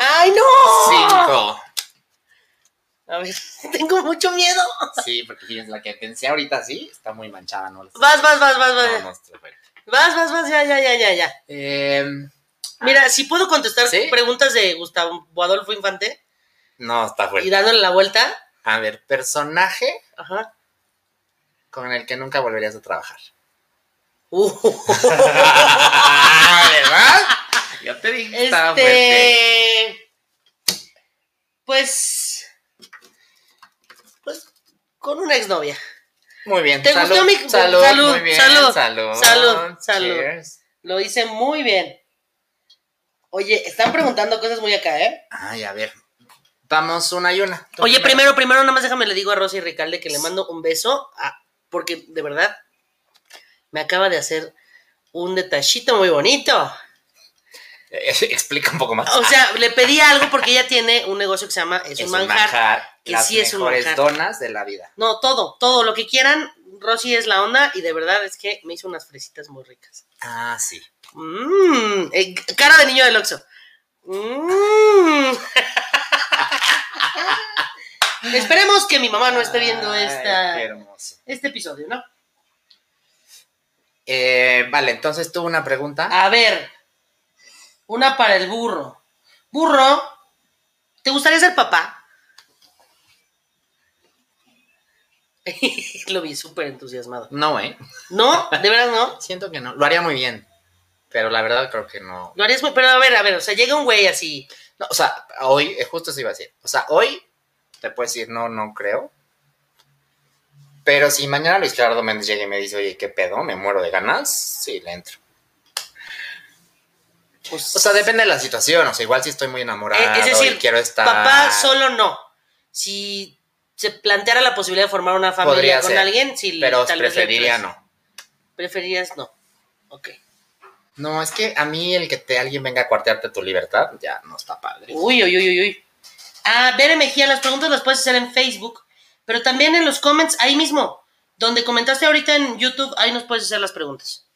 Speaker 4: ¡Ay, no! ¡Oh!
Speaker 3: cinco.
Speaker 4: A ver, tengo mucho miedo.
Speaker 3: Sí, porque fíjense, la que pensé ahorita sí está muy manchada, ¿no?
Speaker 4: Vas, vas, vas, vas, vas.
Speaker 3: No, no, está fuerte.
Speaker 4: Vas, vas, vas, ya, ya, ya, ya, ya.
Speaker 3: Em,
Speaker 4: Mira, si puedo contestar
Speaker 3: ¿Sí?
Speaker 4: preguntas de Gustavo Adolfo Infante
Speaker 3: no, está
Speaker 4: y
Speaker 3: fuerte.
Speaker 4: dándole la vuelta.
Speaker 3: A ver, personaje
Speaker 4: Ajá.
Speaker 3: con el que nunca volverías a trabajar.
Speaker 4: Uh,
Speaker 3: ¿Verdad? Yo te dije que estaba fuerte.
Speaker 4: Este. Pues. Pues. Con una exnovia.
Speaker 3: Muy bien.
Speaker 4: ¿Te
Speaker 3: salud,
Speaker 4: gustó mi-
Speaker 3: Salud,
Speaker 4: salud,
Speaker 3: muy bien,
Speaker 4: salud,
Speaker 3: salud.
Speaker 4: salud, salud.
Speaker 3: Cheers.
Speaker 4: Lo hice muy bien. Oye, están preguntando cosas muy acá, ¿eh?
Speaker 3: Ay, a ver. Vamos una y una. Tú
Speaker 4: Oye, primero, primero, nada más déjame le digo a Rosy Ricalde que le mando un beso, a- porque de verdad me acaba de hacer un detallito muy bonito.
Speaker 3: Eh, Explica un poco más.
Speaker 4: O sea, le pedí algo porque ella tiene un negocio que se llama Oh, Es,
Speaker 3: es
Speaker 4: un manjar. que
Speaker 3: las
Speaker 4: sí es un
Speaker 3: mejores
Speaker 4: manjar.
Speaker 3: donas de la vida.
Speaker 4: No, todo, todo, lo que quieran. Rosy es la onda y de verdad es que me hizo unas fresitas muy ricas.
Speaker 3: Ah, sí.
Speaker 4: Mmm, eh, cara de niño del Oxxo. Mmm. Esperemos que mi mamá no esté viendo
Speaker 3: Ay,
Speaker 4: esta,
Speaker 3: qué hermoso.
Speaker 4: este episodio, ¿no?
Speaker 3: Eh, vale, entonces tuve una pregunta.
Speaker 4: A ver, una para el burro. Burro, ¿te gustaría ser papá? Lo vi súper entusiasmado.
Speaker 3: No, ¿eh?
Speaker 4: No, de verdad no.
Speaker 3: Siento que no. Lo haría muy bien. Pero la verdad creo que no.
Speaker 4: Lo harías muy- pero a ver, a ver, o sea, llega un güey así.
Speaker 3: No, o sea, hoy, eh, justo se iba a decir. O sea, hoy te puedo decir no, no creo. Pero si mañana Luis Gerardo Méndez llega y me dice, oye, ¿qué pedo? ¿Me muero de ganas? Sí, le entro.
Speaker 4: pues,
Speaker 3: O sea, depende de la situación. O sea, igual si estoy muy enamorado
Speaker 4: Eh, es decir,
Speaker 3: y Pues, quiero estar.
Speaker 4: Papá solo no. Si se planteara la posibilidad de formar una familia
Speaker 3: Podría
Speaker 4: con
Speaker 3: ser,
Speaker 4: alguien, sí,
Speaker 3: Pero
Speaker 4: tal vez le
Speaker 3: preferiría
Speaker 4: entras.
Speaker 3: no.
Speaker 4: Preferirías no. Ok.
Speaker 3: No, es que a mí el que te, alguien venga a cuartearte tu libertad ya no está padre.
Speaker 4: Uy, uy, uy, uy, uy. Ah, Bere Mejía, las preguntas las puedes hacer en Facebook, pero también en los comments, ahí mismo. Donde comentaste ahorita en YouTube, ahí nos puedes hacer las preguntas.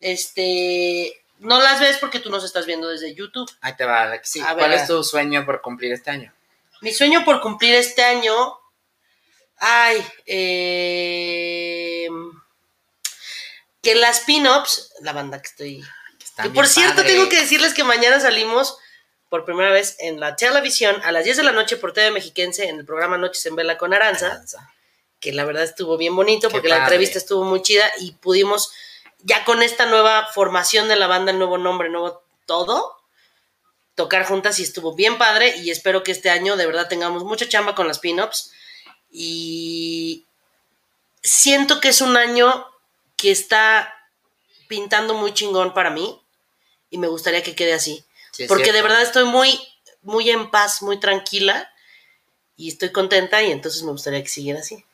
Speaker 4: Este. No las ves porque tú nos estás viendo desde YouTube.
Speaker 3: Ahí te va, Alexi.
Speaker 4: A ver,
Speaker 3: ¿Cuál
Speaker 4: a
Speaker 3: es
Speaker 4: ver.
Speaker 3: tu sueño por cumplir este año?
Speaker 4: Mi sueño por cumplir este año. Ay, eh, que las pin-ups, la banda que estoy.
Speaker 3: Que está
Speaker 4: que
Speaker 3: bien
Speaker 4: por cierto,
Speaker 3: padre.
Speaker 4: tengo que decirles que mañana salimos por primera vez en la televisión a las 10 de la noche por TV Mexiquense en el programa Noches en Vela con Aranza,
Speaker 3: Danza.
Speaker 4: que la verdad estuvo bien bonito
Speaker 3: Qué
Speaker 4: porque la
Speaker 3: padre.
Speaker 4: entrevista estuvo muy chida y pudimos, ya con esta nueva formación de la banda, el nuevo nombre, nuevo todo, tocar juntas y estuvo bien padre y espero que este año de verdad tengamos mucha chamba con las pin-ups y siento que es un año que está pintando muy chingón para mí y me gustaría que quede así
Speaker 3: Sí, es
Speaker 4: porque de
Speaker 3: cierto.
Speaker 4: verdad estoy muy muy en paz, muy tranquila y estoy contenta y entonces me gustaría que siguiera así.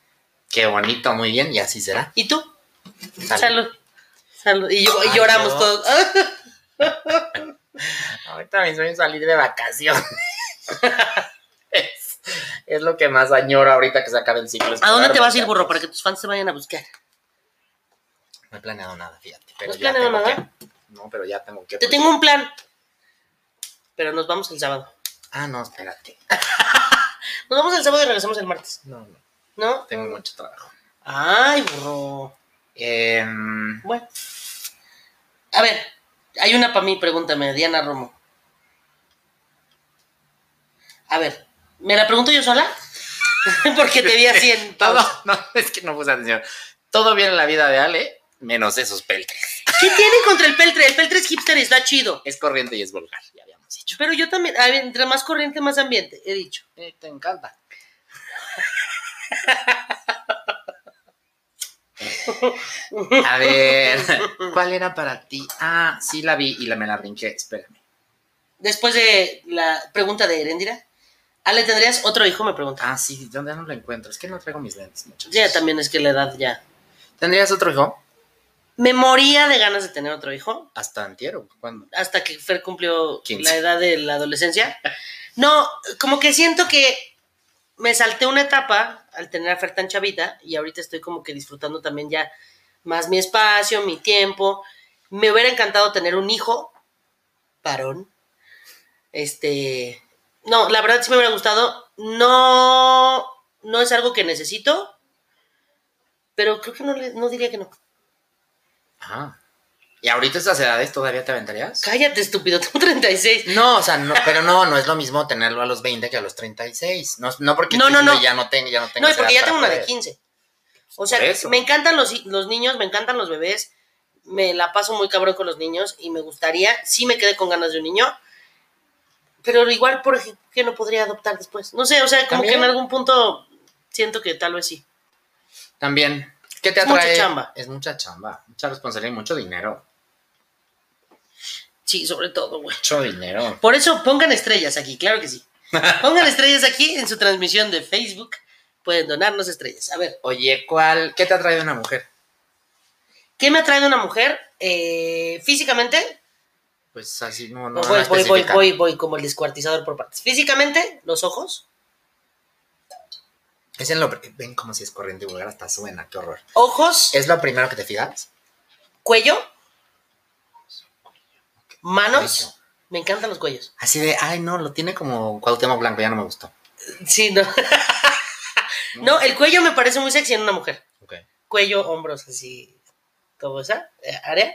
Speaker 3: Qué bonito, muy bien, y así será.
Speaker 4: ¿Y tú?
Speaker 3: Sale.
Speaker 4: Salud. Salud. Y, yo- y
Speaker 3: Ay,
Speaker 4: lloramos
Speaker 3: no.
Speaker 4: todos.
Speaker 3: Ahorita mi sueño es salir de vacaciones. es, es lo que más añoro ahorita que se acabe el ciclo.
Speaker 4: ¿A
Speaker 3: escolar,
Speaker 4: dónde te vas a ir,
Speaker 3: muchachos.
Speaker 4: burro? Para que tus fans se vayan a buscar.
Speaker 3: No he planeado nada, fíjate. Pero
Speaker 4: ¿No has
Speaker 3: ya
Speaker 4: planeado
Speaker 3: tengo
Speaker 4: nada?
Speaker 3: que- no, pero ya tengo que.
Speaker 4: Te tengo un plan. Pero nos vamos el sábado.
Speaker 3: Ah, no, espérate.
Speaker 4: Nos vamos el sábado y regresamos el martes,
Speaker 3: No, no,
Speaker 4: ¿no?
Speaker 3: tengo mucho trabajo.
Speaker 4: Ay, burro.
Speaker 3: Em,
Speaker 4: Bueno. A ver, hay una para mí, pregúntame, Diana Romo. A ver, ¿me la pregunto yo sola? Porque te vi así en
Speaker 3: todo,
Speaker 4: pausa.
Speaker 3: no, es que no puse atención. Todo bien en la vida de Ale, menos esos peltres.
Speaker 4: ¿Qué tiene contra el peltre? El peltre es hipster y está chido.
Speaker 3: Es corriente y es vulgar, ya habíamos dicho.
Speaker 4: Pero yo también, a ver, entre más corriente, más ambiente, he dicho.
Speaker 3: Eh, te encanta. A ver, ¿cuál era para ti? Ah, sí la vi y la me la brinqué, espérame.
Speaker 4: Después de la pregunta de Erendira, Ale, ¿tendrías otro hijo? Me pregunta.
Speaker 3: Ah, sí, ¿dónde no lo encuentro? Es que no traigo mis lentes mucho.
Speaker 4: Ya también es que la edad ya.
Speaker 3: ¿Tendrías otro hijo?
Speaker 4: Me moría de ganas de tener otro hijo.
Speaker 3: Hasta antiero, ¿cuándo?
Speaker 4: hasta que Fer cumplió
Speaker 3: 15.
Speaker 4: la edad de la adolescencia. No, como que siento que me salté una etapa al tener a Fer tan chavita y ahorita estoy como que disfrutando también ya más mi espacio, mi tiempo. Me hubiera encantado tener un hijo, varón. Este, no, la verdad sí me hubiera gustado. No, no es algo que necesito, pero creo que no, le- no diría que no.
Speaker 3: Ah. ¿Y ahorita esas edades todavía te aventarías?
Speaker 4: Cállate, estúpido, tengo 36.
Speaker 3: No, o sea, no, pero no, no es lo mismo tenerlo a los 20 que a los 36. No, no porque
Speaker 4: No,
Speaker 3: estés
Speaker 4: no, no.
Speaker 3: diciendo ya no tengo, ya no tengo.
Speaker 4: No, y porque ya tengo una de 15. O sea,
Speaker 3: Pues Por eso.
Speaker 4: me encantan los, los niños, me encantan los bebés, me la paso muy cabrón con los niños y me gustaría, sí me quedé con ganas de un niño, pero igual, por ej- que no podría adoptar después. No sé, o sea, como
Speaker 3: También.
Speaker 4: que en algún punto siento que tal vez sí.
Speaker 3: También. ¿Qué te
Speaker 4: Es
Speaker 3: atrae?
Speaker 4: mucha chamba.
Speaker 3: Es mucha chamba, mucha responsabilidad y mucho dinero.
Speaker 4: Sí, sobre todo, güey.
Speaker 3: Mucho dinero.
Speaker 4: Por eso pongan estrellas aquí, claro que sí. Pongan estrellas aquí en su transmisión de Facebook. Pueden donarnos estrellas. A ver,
Speaker 3: Oye, ¿cuál? ¿Qué te atrae de una mujer?
Speaker 4: ¿qué me atrae de una mujer? Eh, físicamente,
Speaker 3: Pues así no, no, no
Speaker 4: Voy, voy, voy, voy,
Speaker 3: especifica.
Speaker 4: voy, voy como el descuartizador por partes. Físicamente, los ojos.
Speaker 3: Es en lo pri- ven como si es corriente y vulgar hasta suena, qué horror.
Speaker 4: Ojos,
Speaker 3: ¿Es lo primero que te fijas?
Speaker 4: cuello. Manos.
Speaker 3: Cuello.
Speaker 4: Me encantan los cuellos.
Speaker 3: Así de, ay no, lo tiene como Cuauhtémoc Blanco, ya no me gustó.
Speaker 4: Sí, no. no, el cuello me parece muy sexy en una mujer.
Speaker 3: Ok.
Speaker 4: Cuello, hombros, así. Como esa eh, área.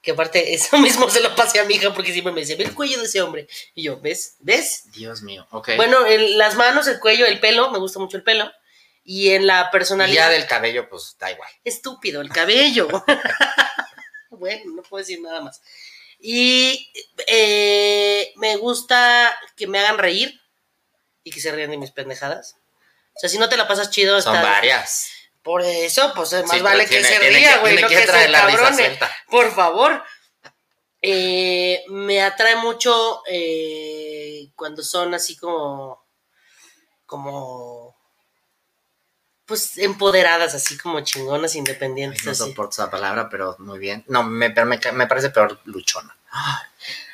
Speaker 4: Que aparte, eso mismo se lo pasé a mi hija porque siempre me dice, ve el cuello de ese hombre. Y yo, ¿ves? ¿Ves?
Speaker 3: Dios mío, ok.
Speaker 4: Bueno, el- las manos, el cuello, el pelo. Me gusta mucho el pelo. Y en la
Speaker 3: Y
Speaker 4: personalidad.
Speaker 3: ya del cabello, pues da igual.
Speaker 4: estúpido, el cabello. bueno, no puedo decir nada más. Y eh, me gusta que me hagan reír y que se rían de mis pendejadas. O sea, si no te la pasas chido,
Speaker 3: Son
Speaker 4: está-
Speaker 3: varias.
Speaker 4: Por eso, pues eh, más
Speaker 3: Sí,
Speaker 4: vale
Speaker 3: pero
Speaker 4: que
Speaker 3: tiene-
Speaker 4: se
Speaker 3: tiene
Speaker 4: ría,
Speaker 3: que-
Speaker 4: güey,
Speaker 3: tiene
Speaker 4: no
Speaker 3: que
Speaker 4: que se
Speaker 3: traer la risa
Speaker 4: cabrone.
Speaker 3: suelta.
Speaker 4: Por favor. Eh, me atrae mucho eh, cuando son así como. como. Pues empoderadas, así como chingonas,
Speaker 3: Ay,
Speaker 4: independientes.
Speaker 3: No
Speaker 4: así.
Speaker 3: soporto esa palabra, pero muy bien. No, me, pero me, ca- me parece peor luchona.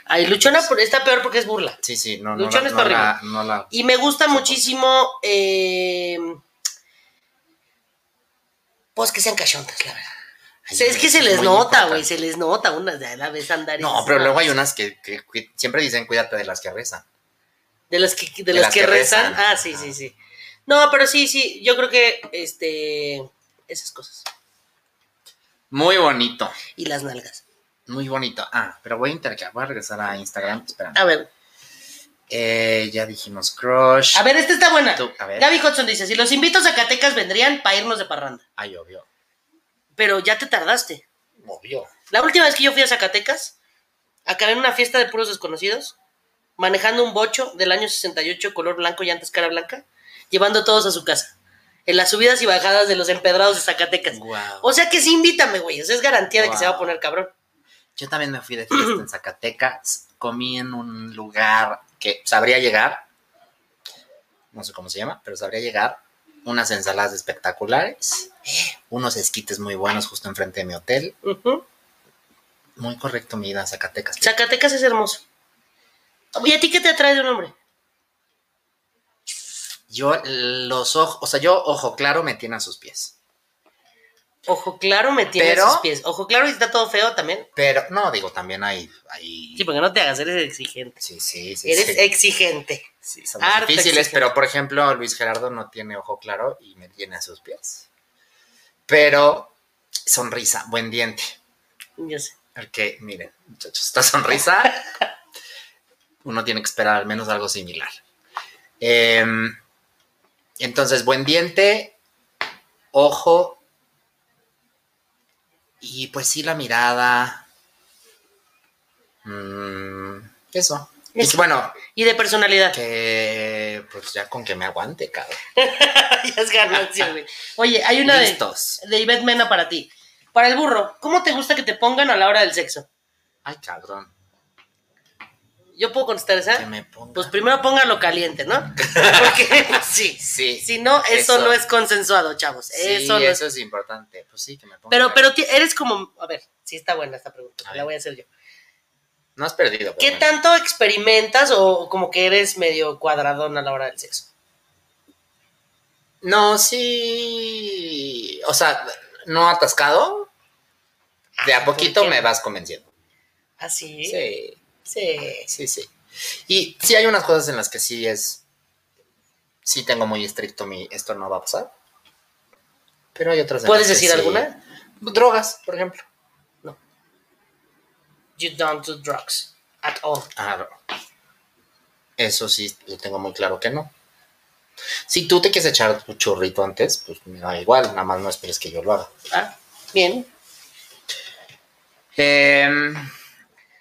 Speaker 4: Ay, Luchona por- está peor porque es burla.
Speaker 3: Sí, sí, no, no.
Speaker 4: Luchona
Speaker 3: la-
Speaker 4: es
Speaker 3: no
Speaker 4: horrible.
Speaker 3: la, no la-
Speaker 4: Y me gusta muchísimo. eh, pues que sean cachondas, la verdad. Se- es que se les
Speaker 3: muy
Speaker 4: nota,
Speaker 3: importante.
Speaker 4: güey, se les nota una de la vez andar. y
Speaker 3: No,
Speaker 4: dices,
Speaker 3: pero luego hay unas que, que cu- siempre dicen cuídate de las que rezan.
Speaker 4: De las que, de las que, rezan. Ah, sí, sí, sí. No, pero sí, sí, yo creo que, este, esas cosas.
Speaker 3: Muy bonito,
Speaker 4: Y las nalgas.
Speaker 3: muy bonito. Ah, pero voy a intercambiar, voy a regresar a Instagram, espérame.
Speaker 4: A ver,
Speaker 3: Eh, ya dijimos crush.
Speaker 4: a ver, esta está buena.
Speaker 3: Tú, a ver.
Speaker 4: Gaby Hudson dice, si los invitos a Zacatecas vendrían para irnos de parranda.
Speaker 3: Ay, obvio,
Speaker 4: Pero ya te tardaste.
Speaker 3: obvio.
Speaker 4: La última vez que yo fui a Zacatecas, acabé en una fiesta de puros desconocidos, manejando un bocho del año 68, color blanco y antes cara blanca, llevando a todos a su casa, en las subidas y bajadas de los empedrados de Zacatecas.
Speaker 3: Guau.
Speaker 4: O sea que sí, invítame, güey. O sea, es garantía de que
Speaker 3: Wow.
Speaker 4: se va a poner cabrón.
Speaker 3: Yo también me fui de fiesta en Zacatecas. Comí en un lugar que sabría llegar. No sé cómo se llama, pero sabría llegar. Unas ensaladas espectaculares. eh, Unos esquites muy buenos justo enfrente de mi hotel.
Speaker 4: Ujú.
Speaker 3: Muy correcto mi ida a Zacatecas.
Speaker 4: Zacatecas es hermoso. ¿Y a ti qué te atrae de un hombre?
Speaker 3: Yo los ojos, o sea, yo ojo claro me tiene a sus pies.
Speaker 4: Ojo claro me tiene
Speaker 3: Pero-
Speaker 4: sus pies. Ojo claro y está todo feo también.
Speaker 3: Pero no, digo, también hay... hay...
Speaker 4: Sí, porque no te hagas, eres exigente.
Speaker 3: Sí, sí, sí.
Speaker 4: Eres
Speaker 3: sí.
Speaker 4: exigente.
Speaker 3: Sí, son
Speaker 4: harto
Speaker 3: difíciles,
Speaker 4: exigente.
Speaker 3: pero por ejemplo, Luis Gerardo no tiene ojo claro y me tiene a sus pies. Pero sonrisa, buen diente.
Speaker 4: Yo sé.
Speaker 3: Porque, miren, muchachos, esta sonrisa, uno tiene que esperar al menos algo similar. Em, entonces, buen diente, ojo, y pues sí, la mirada. Mm, eso. Y
Speaker 4: Eso.
Speaker 3: bueno,
Speaker 4: Y de personalidad.
Speaker 3: que pues ya con que me aguante, cabrón.
Speaker 4: ya es ganancia, güey. Oye, hay una de,
Speaker 3: Listos.
Speaker 4: de Ivette Mena para ti. Para el burro, ¿cómo te gusta que te pongan a la hora del sexo?
Speaker 3: Ay, cabrón.
Speaker 4: Yo puedo contestar
Speaker 3: Que
Speaker 4: esa.
Speaker 3: me ponga.
Speaker 4: Pues primero póngalo caliente, ¿no? Porque pues, sí.
Speaker 3: Sí.
Speaker 4: Si no, eso,
Speaker 3: Eso.
Speaker 4: no es consensuado, chavos.
Speaker 3: Sí,
Speaker 4: eso no es.
Speaker 3: es importante. Pues sí, que me ponga.
Speaker 4: Pero, pero ti- eres como. A ver, sí está buena esta pregunta,
Speaker 3: A
Speaker 4: la
Speaker 3: ver.
Speaker 4: voy a hacer yo.
Speaker 3: No has perdido. pero
Speaker 4: ¿Qué
Speaker 3: bueno.
Speaker 4: tanto experimentas o como que eres medio cuadradón a la hora del sexo?
Speaker 3: No, sí. O sea, no atascado. De a poquito
Speaker 4: ¿por qué?
Speaker 3: me vas convenciendo.
Speaker 4: Así. Ah, sí?
Speaker 3: Sí,
Speaker 4: Sí.
Speaker 3: sí, sí. Y sí hay unas cosas en las que sí es. Sí tengo muy estricto mi esto no va a pasar. Pero hay otras en
Speaker 4: ¿Puedes
Speaker 3: las que
Speaker 4: decir
Speaker 3: sí-
Speaker 4: alguna?
Speaker 3: Drogas, por ejemplo.
Speaker 4: You don't do drugs at all.
Speaker 3: Ah, eso sí, lo tengo muy claro que no. Si tú te quieres echar tu churrito antes, pues me da igual, nada más no esperes que yo lo haga.
Speaker 4: Ah, bien.
Speaker 3: Em,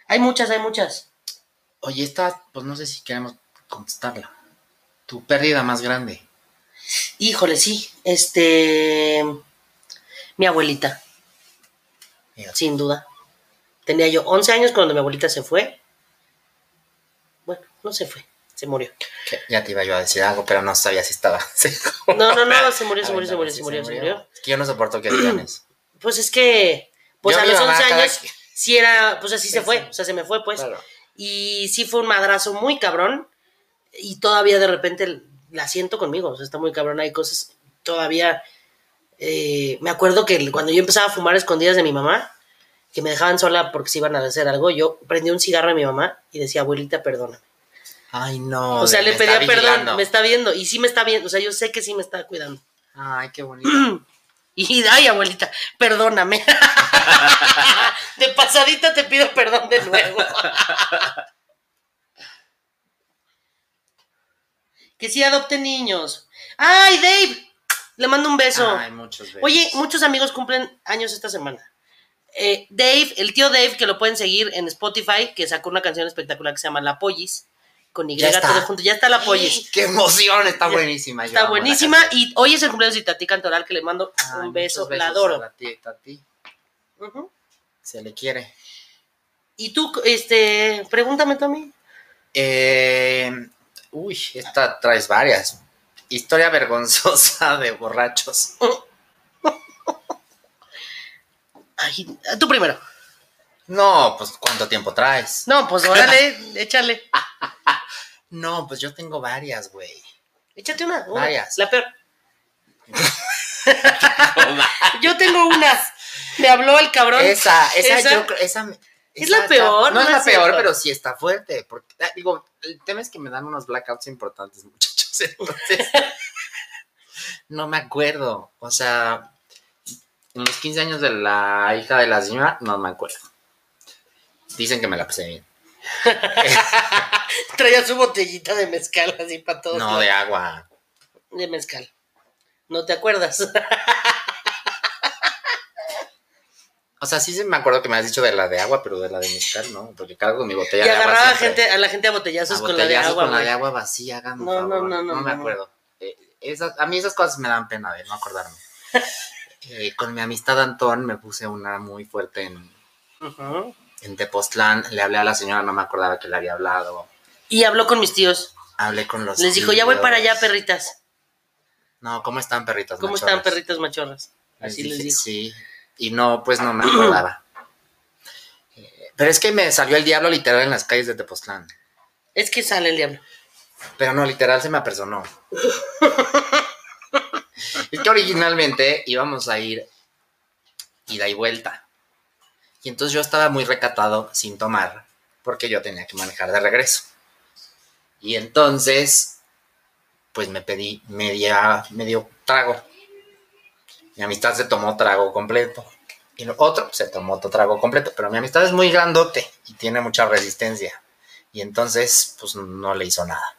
Speaker 4: Hay muchas, hay muchas.
Speaker 3: oye, esta, pues no sé si queremos contestarla. Tu pérdida más grande.
Speaker 4: Híjole, sí. Este. Mi abuelita,
Speaker 3: Mira,
Speaker 4: sin duda. Tenía yo 11 años cuando mi abuelita se fue. Bueno, no se fue, se murió.
Speaker 3: que ya te iba yo a decir algo, pero no sabía si estaba. seco.
Speaker 4: No, no, no, se murió, se
Speaker 3: A
Speaker 4: murió,
Speaker 3: ver,
Speaker 4: se
Speaker 3: a
Speaker 4: murió,
Speaker 3: ver,
Speaker 4: se
Speaker 3: sí,
Speaker 4: murió, se murió.
Speaker 3: Es que yo no soporto que digan eso.
Speaker 4: Pues es que, pues
Speaker 3: Yo
Speaker 4: a
Speaker 3: mi
Speaker 4: los
Speaker 3: mamá
Speaker 4: 11
Speaker 3: cada
Speaker 4: años,
Speaker 3: que-
Speaker 4: sí era, pues así se
Speaker 3: Sí,
Speaker 4: fue,
Speaker 3: sí.
Speaker 4: o sea, se me fue, pues.
Speaker 3: Claro.
Speaker 4: Y sí fue un madrazo muy cabrón. Y todavía de repente la siento conmigo. O sea, está muy cabrón. Hay cosas todavía. eh, me acuerdo que cuando yo empezaba a fumar a escondidas de mi mamá, que me dejaban sola porque se iban a hacer algo, yo prendía un cigarro de mi mamá y decía, abuelita, perdóname.
Speaker 3: Ay, no.
Speaker 4: o sea,
Speaker 3: de-
Speaker 4: le
Speaker 3: me está
Speaker 4: pedía perdón,
Speaker 3: vigilando.
Speaker 4: me está viendo. Y sí me está viendo. O sea, yo sé que sí me está cuidando.
Speaker 3: Ay, qué bonito.
Speaker 4: Y, ay, abuelita, perdóname. de pasadita te pido perdón de nuevo. que sí adopten niños. ¡Ay, Dave! Le mando un beso.
Speaker 3: Ay, muchos besos.
Speaker 4: Oye, muchos amigos cumplen años esta semana. Eh, Dave, el tío Dave, que lo pueden seguir en Spotify, que sacó una canción espectacular que se llama La Pollis, con Y
Speaker 3: Ya está.
Speaker 4: todo junto. Ya está La Pollis.
Speaker 3: ¡Qué emoción! Está
Speaker 4: Ya-
Speaker 3: buenísima. yo
Speaker 4: Está
Speaker 3: amo la
Speaker 4: buenísima.
Speaker 3: canción.
Speaker 4: Y hoy es el cumpleaños de Tati Cantoral, que le mando
Speaker 3: Ay,
Speaker 4: un beso.
Speaker 3: muchos
Speaker 4: La
Speaker 3: besos
Speaker 4: adoro.
Speaker 3: a la tía y Tati.
Speaker 4: Ujú.
Speaker 3: Se le quiere.
Speaker 4: Y tú, este, pregúntame tú a mí.
Speaker 3: Eh, uy, esta traes varias. Historia vergonzosa de borrachos.
Speaker 4: Ay, tú primero.
Speaker 3: No, pues ¿cuánto tiempo traes?
Speaker 4: No, pues órale, échale.
Speaker 3: No, pues yo tengo varias, güey.
Speaker 4: Échate una. una,
Speaker 3: Ah, Varias.
Speaker 4: La peor. Yo tengo unas. Me habló el cabrón.
Speaker 3: Esa, esa,
Speaker 4: Esa-
Speaker 3: yo creo- esa me-
Speaker 4: es
Speaker 3: esa
Speaker 4: la
Speaker 3: está-
Speaker 4: peor,
Speaker 3: No,
Speaker 4: no
Speaker 3: es la
Speaker 4: es
Speaker 3: peor,
Speaker 4: cierto.
Speaker 3: pero sí está fuerte. Porque, ah, digo, el tema es que me dan unos blackouts importantes, muchachos. Entonces, no me acuerdo. O sea, en los 15 años de la hija de la señora, no me acuerdo. Dicen que me la pasé bien.
Speaker 4: Traía su botellita de mezcal así para todos.
Speaker 3: No, de agua.
Speaker 4: de mezcal. ¿No te acuerdas?
Speaker 3: O sea, sí se me acuerdo que me has dicho de la de agua, pero de la de mezcal, ¿no. Porque cargo mi
Speaker 4: Y
Speaker 3: botella de agua.
Speaker 4: agarraba
Speaker 3: siempre.
Speaker 4: gente, a la gente a botellazos
Speaker 3: A
Speaker 4: con la de
Speaker 3: botellazos
Speaker 4: agua.
Speaker 3: con la
Speaker 4: güey.
Speaker 3: de agua vacía, háganme
Speaker 4: No,
Speaker 3: favor.
Speaker 4: no, no, no,
Speaker 3: me
Speaker 4: no.
Speaker 3: acuerdo. Eh, esas- a mí esas cosas me dan pena de no acordarme. Eh, con mi amistad Antón me puse una muy fuerte en,
Speaker 4: Ujú.
Speaker 3: en Tepoztlán. Le hablé a la señora, no me acordaba que le había hablado.
Speaker 4: Y habló con mis tíos.
Speaker 3: Hablé con los.
Speaker 4: Les dijo, ya voy
Speaker 3: tíos".
Speaker 4: para allá, perritas.
Speaker 3: No, ¿cómo están, perritas?
Speaker 4: ¿Cómo
Speaker 3: machorras?".
Speaker 4: están, perritas machorras?
Speaker 3: Les
Speaker 4: Así les
Speaker 3: dije,
Speaker 4: dijo.
Speaker 3: Sí. Y no, pues no me acordaba. Eh, Pero es que me salió el diablo literal en las calles de Tepoztlán.
Speaker 4: Es que sale el diablo.
Speaker 3: Pero no, literal se me apersonó. es que originalmente íbamos a ir ida y vuelta. Y entonces yo estaba muy recatado sin tomar, porque yo tenía que manejar de regreso. Y entonces, pues me pedí media, medio trago. Mi amistad se tomó trago completo. Y el otro se tomó otro trago completo. Pero mi amistad es muy grandote y tiene mucha resistencia. Y entonces, pues no le hizo nada.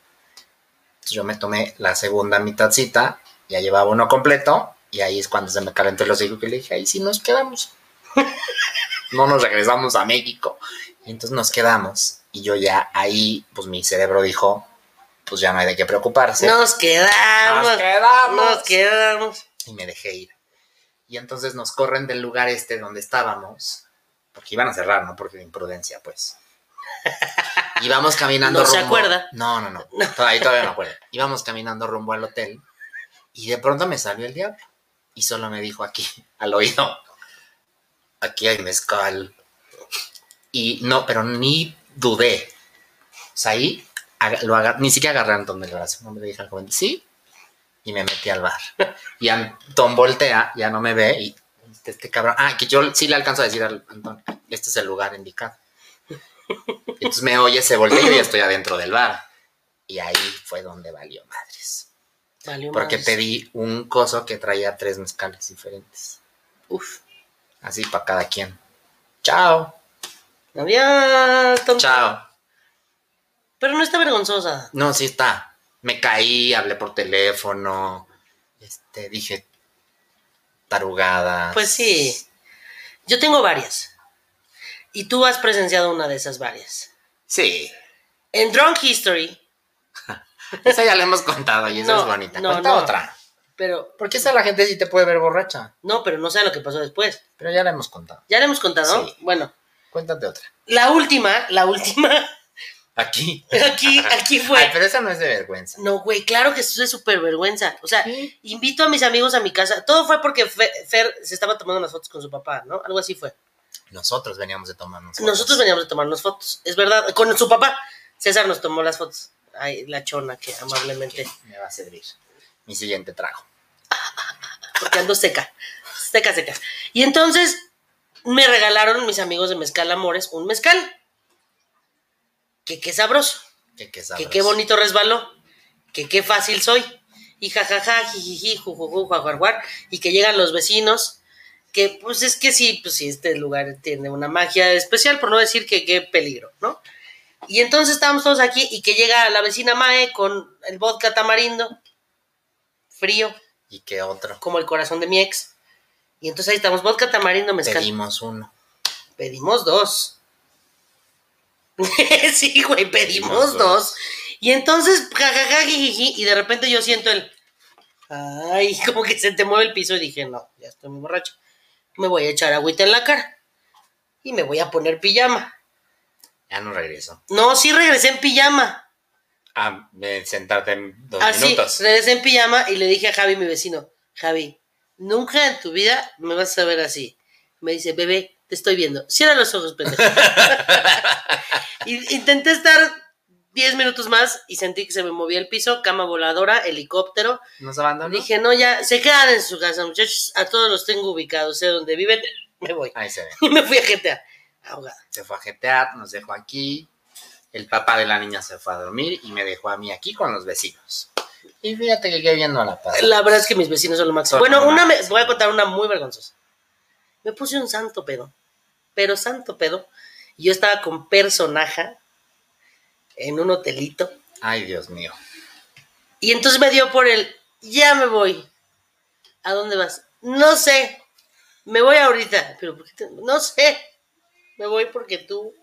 Speaker 3: Entonces, yo me tomé la segunda mitadcita, ya llevaba uno completo, y ahí es cuando se me calentó el hocico que le dije, ahí sí nos quedamos. no nos regresamos a México. Y entonces nos quedamos. Y yo ya ahí, pues mi cerebro dijo, pues ya no hay de qué preocuparse.
Speaker 4: Nos quedamos.
Speaker 3: nos quedamos.
Speaker 4: Nos quedamos.
Speaker 3: Y me dejé ir. Y entonces nos corren del lugar este donde estábamos, porque iban a cerrar, ¿no? Porque imprudencia, pues. Íbamos caminando
Speaker 4: No se
Speaker 3: rumbo.
Speaker 4: acuerda.
Speaker 3: No, no, no. Todavía, todavía no acuerdo. Íbamos caminando rumbo al hotel y de pronto me salió el diablo y solo me dijo aquí, al oído, aquí hay mezcal. Y no, pero ni dudé. O sea, ahí aga- lo aga- ni siquiera agarraron donde el brazo. No me dije al joven, sí. Y me metí al bar. Y Antón voltea, ya no me ve. Y este, este cabrón. Ah, que yo sí le alcanzo a decir al Antón, este es el lugar indicado. Y Entonces me oye, se voltea y yo ya estoy adentro del bar. Y ahí fue donde valió madres.
Speaker 4: Valió
Speaker 3: Porque
Speaker 4: madres.
Speaker 3: pedí un coso que traía tres mezcales diferentes.
Speaker 4: Uf.
Speaker 3: Así para cada quien. Chao.
Speaker 4: Adiós, tonto.
Speaker 3: Chao.
Speaker 4: Pero no está vergonzosa.
Speaker 3: No, sí está. Me caí, hablé por teléfono. Este, dije tarugadas.
Speaker 4: Pues sí. Yo tengo varias. Y tú has presenciado una de esas varias.
Speaker 3: Sí.
Speaker 4: En Drunk History,
Speaker 3: Esa ya la hemos contado y esa
Speaker 4: No,
Speaker 3: es bonita.
Speaker 4: no,
Speaker 3: Cuenta
Speaker 4: no.
Speaker 3: otra.
Speaker 4: pero
Speaker 3: Porque esa la gente sí te puede ver borracha.
Speaker 4: no, pero no sé lo que pasó después.
Speaker 3: Pero ya la hemos contado.
Speaker 4: Ya le hemos contado.
Speaker 3: Sí.
Speaker 4: Bueno,
Speaker 3: Cuéntate otra.
Speaker 4: la última, la última,
Speaker 3: Aquí.
Speaker 4: aquí, aquí
Speaker 3: Ay,
Speaker 4: fue.
Speaker 3: pero esa no es de vergüenza.
Speaker 4: No, güey, claro que eso es súper vergüenza. O sea,
Speaker 3: Sí.
Speaker 4: invito a mis amigos a mi casa. Todo fue porque Fe- Fer se estaba tomando unas fotos con su papá, ¿no? Algo así fue.
Speaker 3: Nosotros veníamos de tomarnos. fotos.
Speaker 4: Nosotros veníamos a tomarnos fotos, es verdad, con su papá. César nos tomó las fotos. Ay, la chona que amablemente.
Speaker 3: Me va a servir. Mi siguiente trago.
Speaker 4: porque ando seca, seca, seca. Y entonces me regalaron mis amigos de Mezcal Amores un mezcal. Que qué sabroso,
Speaker 3: Que qué
Speaker 4: que
Speaker 3: sabroso.
Speaker 4: qué bonito resbaló, que qué fácil soy. Y jajaja, jijiji, jujuju, juajuarjuar, y que llegan los vecinos, que pues es que sí, pues sí, este lugar tiene una magia especial, por no decir que qué peligro, ¿no? Y entonces estábamos todos aquí y que llega la vecina Mae con el vodka tamarindo, frío,
Speaker 3: Y qué otro.
Speaker 4: como el corazón de mi ex. Y entonces ahí estamos, vodka tamarindo mezcal. Pedimos,
Speaker 3: Pedimos uno.
Speaker 4: dos. sí, güey, pedimos,
Speaker 3: Pedimos
Speaker 4: dos.
Speaker 3: dos.
Speaker 4: Y entonces, jajaja, jijiji, y de repente yo siento el... Ay, como que se te mueve el piso y dije, no, ya estoy muy borracho. Me voy a echar agüita en la cara. Y me voy a poner pijama.
Speaker 3: Ya no regreso.
Speaker 4: No, sí regresé en pijama.
Speaker 3: Ah, ven, sentarte en dos
Speaker 4: Así,
Speaker 3: minutos.
Speaker 4: regresé en pijama y le dije a Javi, mi vecino, Javi, nunca en tu vida me vas a ver así. Me dice, bebé, te estoy viendo. Cierra los ojos, pendejo. Y Intenté estar 10 minutos más y sentí que se me movía el piso, cama voladora, helicóptero.
Speaker 3: Nos abandonó.
Speaker 4: Dije, no, ya, se quedan en su casa, muchachos. A todos los tengo ubicados, sé dónde viven. me voy.
Speaker 3: Ahí se ve.
Speaker 4: Y me fui a GTA. Ahogada.
Speaker 3: Se fue a jetear, nos dejó aquí. El papá de la niña se fue a dormir y me dejó a mí aquí con los vecinos. Y fíjate que qué viendo a la paz.
Speaker 4: La verdad es que mis vecinos son lo máximo.
Speaker 3: Son
Speaker 4: Bueno,
Speaker 3: lo
Speaker 4: una me-
Speaker 3: máximo.
Speaker 4: voy a contar una muy vergonzosa. Me puse un santo pedo, pero santo pedo. y Yo estaba con personaja en un hotelito
Speaker 3: Ay, Dios mío.
Speaker 4: y entonces me dio por el, ya me voy. ¿A dónde vas? No sé. Me voy ahorita, pero ¿por qué te- no sé. Me voy porque tú